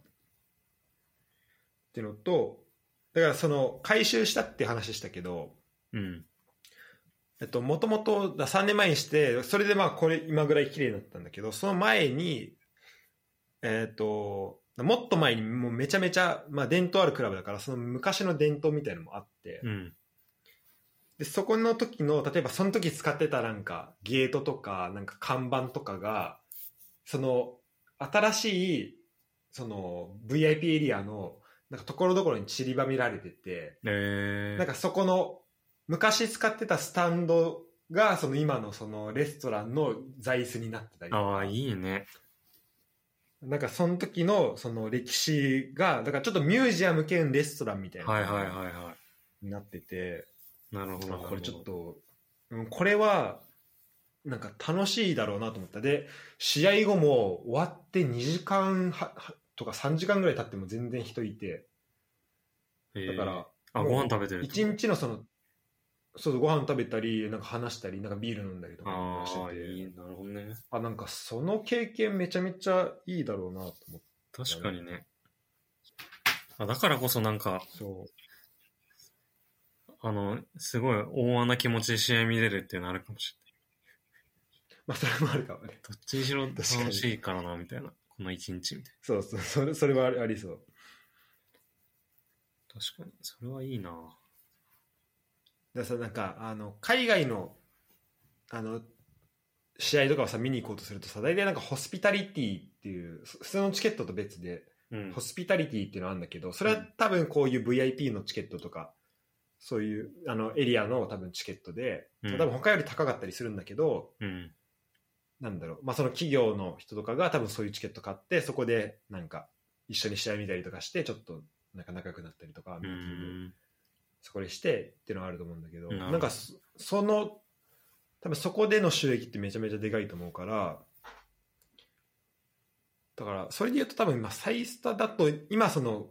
S1: ていうのとだからその回収したって話したけど
S2: うん。
S1: えっと、もともと3年前にして、それでまあこれ今ぐらい綺麗になったんだけど、その前に、えっと、もっと前にもうめちゃめちゃ、まあ伝統あるクラブだから、その昔の伝統みたいのもあって、
S2: うん。
S1: で、そこの時の、例えばその時使ってたなんかゲートとか、なんか看板とかが、その新しい、その VIP エリアの、なんかところどころに散りばめられてて、
S2: えー。
S1: なんかそこの昔使ってたスタンドがその今のそのレストランの座椅子になってたりとか
S2: ああ、いいね。
S1: なんかその時のその歴史がだからちょっとミュージアム兼レストランみたい
S2: はいはいはい
S1: な
S2: は
S1: になってて、
S2: い。なるほど。なるほ
S1: あ
S2: ど
S1: これちょっ。と、うん、これはなんか楽しいだろうなと思ったで試合後も終わって2時間ははとか3時間ぐらい経っても全然人いてだ
S2: だ
S1: から。、
S2: あ、
S1: もう
S2: ご飯食べてる。
S1: 一日のそのそうご飯食べたりなんか話したりなんかビール飲んだりとか
S2: あ
S1: して
S2: あ、
S1: て
S2: いい。なるほどね。
S1: あなんかその経験めちゃめちゃいいだろうなと思って
S2: 確かにね。あだからこそなんか、
S1: そ
S2: あの、すごい大穴気持ちで試合見れるっていうのあるかもしれない。
S1: うまあそれもあるかもね
S2: どっちにしろ
S1: 確かに
S2: 楽しいからな、みたいな。この一日みたい
S1: そうそうそれそれはありありそう
S2: な。確かに。それはいい
S1: だ
S2: な
S1: からさなんかあの海外のあの試合とかをさ見に行こうとするとさ大体なんかホスピタリティっていうそ普通のチケットと別で
S2: うん
S1: ホ。スピタリティっていうのあるんだけどそれは多分こういう VIP のチケットとかそういうあのエリアの多分チケットで、
S2: うん
S1: 多分他より高かったりするんだけど
S2: うん。
S1: なんだろう、まあ、その企業の人とかが多分そういうチケット買ってそこでなんか一緒に試合見たりとかしてちょっとなんか仲良くなったりとか
S2: うーん。
S1: そこでしてっていうのはあると思うんだけど
S2: なるほど
S1: なんかそその多分そこでの収益ってめちゃめちゃでかいと思うからだからそれで言うと多分今サイスタだと今その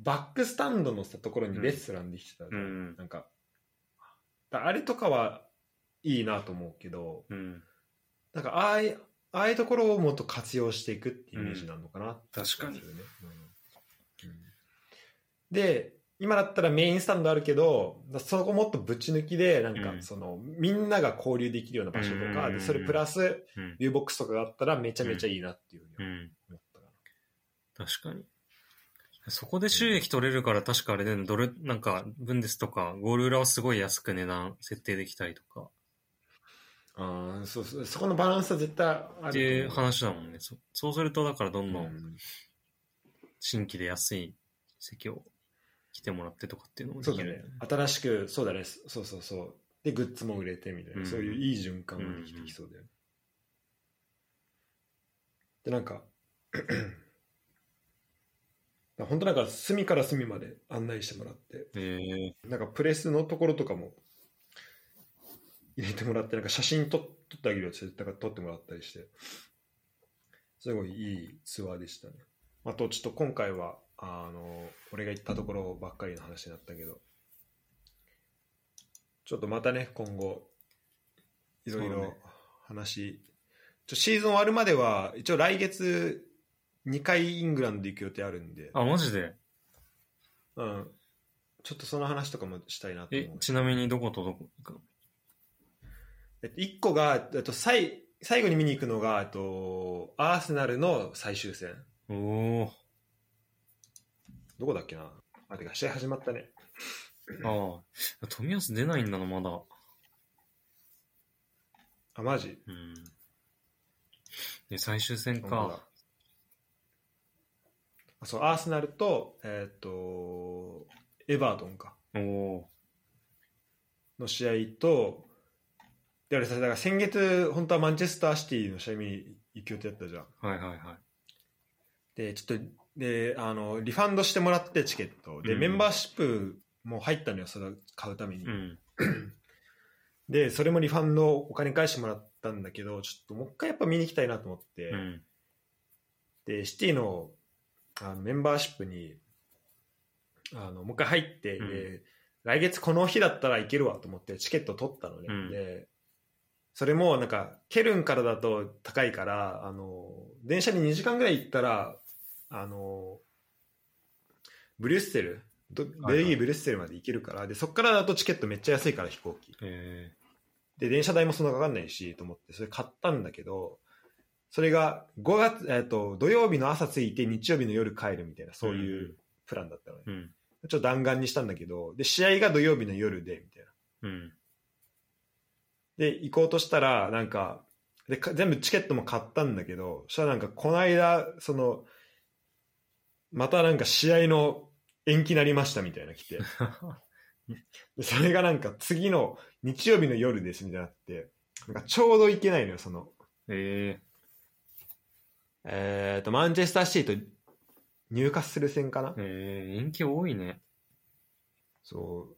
S1: バックスタンドのさところにレストランできてたじ
S2: う
S1: ゃん
S2: ん。
S1: なんかだあれとかはいいなと思うけど、
S2: うん。
S1: なんかああいああいうところをもっと活用していくっていうイメージなのかな、
S2: 確か
S1: そう
S2: に
S1: ですよねうんうんで今だったらメインスタンドあるけどだそこもっとぶち抜きでなん
S2: うん
S1: かその、みんなが交流できるような場所とか、
S2: うん
S1: でそれプラス
S2: うん。
S1: ビューボックスとかがあったらめちゃめちゃいいなっていうふうに
S2: うん。
S1: 思ったかな、
S2: 確かに。そこで収益取れるから、確かあれで、ドル、なんか、ブンデスとか、ゴール裏をすごい安く値段設定できたりとか、
S1: あーそうそうそこのバランスは絶対あ
S2: っていう
S1: ると思
S2: 話だもんね。そそうすると、だからどんど
S1: うん
S2: 新規で安い席を来てもらってとかっていうのもで
S1: そう
S2: き
S1: だ
S2: る
S1: ね新しくそうだねそうそうそうでグッズも売れてみたいな、
S2: うん
S1: そういういい循環ができてきそうだよね、でなんか 本当なんか隅から隅まで案内してもらって
S2: ええ
S1: なんかプレスのところとかも入れてもらってなんか写真撮撮ってあげるよって言ってなんか撮ってもらったりしてすごいいいツアーでしたねあとちょっと今回はあの俺が行ったところばっかりの話になったけどちょっとまたね今後いろい
S2: そう
S1: ろ
S2: ね
S1: 話、ちょシーズン終わるまでは一応来月2回イングランド行く予定あるんで、
S2: あ、マジで
S1: うん、ちょっとその話とかもしたいなと
S2: え
S1: 思う、
S2: ちなみにどことどこ行くの
S1: えっと1個がえっと最最後に見に行くのがえっとアーセナルの最終戦
S2: おお
S1: どこだっけなあてか試合始まったね
S2: ああ。富安出ないんだな、まだ。
S1: あマジ
S2: うん。で、最終戦
S1: 本当
S2: か
S1: だ。あそうアーセナルとえっとエバートンか
S2: おお
S1: の試合とであれさだから先月本当はマンチェスターシティの試合見に行く予定だったじゃん
S2: ーはいはいはい。
S1: でちょっとであのリファンドしてもらってチケットで、
S2: うん
S1: メンバーシップも入ったのよそれを買うために、
S2: うん。
S1: でそれもリファンドお金返してもらったんだけどちょっともう一回やっぱ見に行きたいなと思って、
S2: うん。
S1: でシティのあのメンバーシップにあのもう一回入って、
S2: うん
S1: で来月この日だったらいけるわと思ってチケット取ったのね、
S2: うん
S1: でそれもなんかケルンからだと高いからあの電車に2時間ぐらい行ったらあのブリュッセルど
S2: は
S1: ベ
S2: い
S1: ルギーブリュッセルまで行けるから、でそこからだとチケットめっちゃ安いから飛行機
S2: え
S1: で電車代もそんなかかんないしと思ってそれ買ったんだけどそれが5月、えっと土曜日の朝着いて日曜日の夜帰るみたいなそういうプランだったのね、
S2: ー、うん。
S1: ちょっと弾丸にしたんだけどで試合が土曜日の夜でみたいな
S2: うん。
S1: で行こうとしたらなんかでか全部チケットも買ったんだけどそしたらなんかこの間そのまたなんか試合の延期になりましたみたいな来 てでそれがなんか次の日曜日の夜ですみたいになってなんかちょうど行けないのよその
S2: え
S1: えー、とマンチェスターシティと入荷する戦かな、
S2: ー、えー、延期多いね。
S1: そう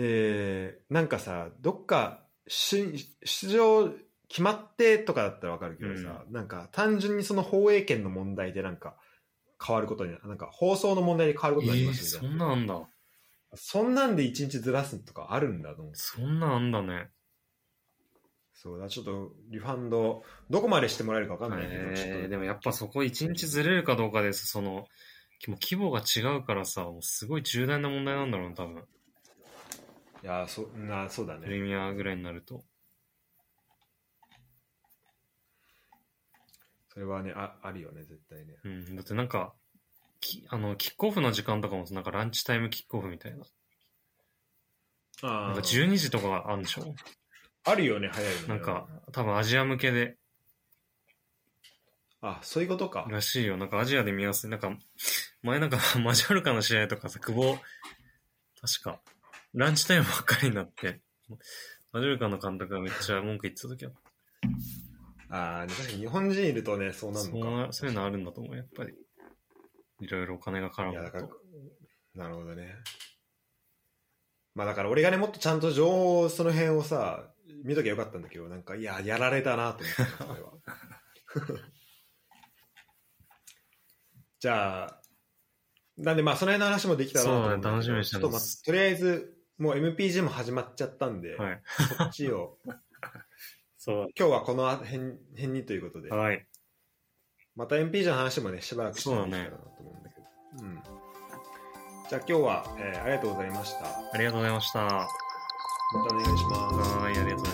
S1: でなんかさどっか出出場決まってとかだったらわかるけどさ、なんか単純にその放映権の問題でなんか変わることにななんか放送の問題で変わる
S2: え
S1: ことになりま
S2: ー、
S1: す
S2: そ
S1: みたい
S2: んなあんだ。
S1: そんなんで一日ずらすとかあるんだと思って
S2: そんなあんだね。
S1: そうだちょっとリファンドどこまでしてもらえるかわかんないけど、ちょっ
S2: えー、
S1: と
S2: でもやっぱそこ一日ずれるかどうかです。その、もう規模が違うからさ、もうすごい重大な問題なんだろうな、多分。
S1: いやーそなそうだ
S2: プレ
S1: ね
S2: ミアぐらいになると。
S1: それはねああるよね絶対ね
S2: うん。だってなんか、きあの、キックオフの時間とかも、なんかランチタイムキックオフみたいな。
S1: あ
S2: なん
S1: ー
S2: か12時とかあるんでしょ
S1: あるよね、早いのね
S2: なんか、多分アジア向けで、
S1: あ、そういうことか。
S2: らしいよ。なんかアジアで見やすい。なんか、前なんか マジャルカの試合とかさ、久保、確か、ランチタイムばっかりになって、マジャルカの監督がめっちゃ文句言ってた時あった
S1: ああ、でも確かに日本人いるとね、そうなる
S2: そ
S1: の
S2: う
S1: か
S2: な。そういうのあるんだと思う、やっぱり。いろいろお金が絡
S1: いや、
S2: む
S1: だから
S2: と。、
S1: なるほどね。まあだから俺がね、もっとちゃんと情報をその辺をさ、見ときゃよかったんだけど、なんか、いや、やられたなと思った、それは。 じゃあ、なんでまあその辺の話もできたらなと思うんだけど
S2: そうだね楽しみにしてます
S1: ちょっとまあとりあえず、もう MPG も始まっちゃったんで、
S2: はい。
S1: こっちを、
S2: そ
S1: 今日はこの辺辺にということで
S2: う。。はい。
S1: また MPG の話もね、しばらくしてもいいかなと思うんだけど。うん。じゃあ今日は、えーありがとうございました。
S2: ありがとうございました。は
S1: またお願いします。
S2: い、ありがとうございます。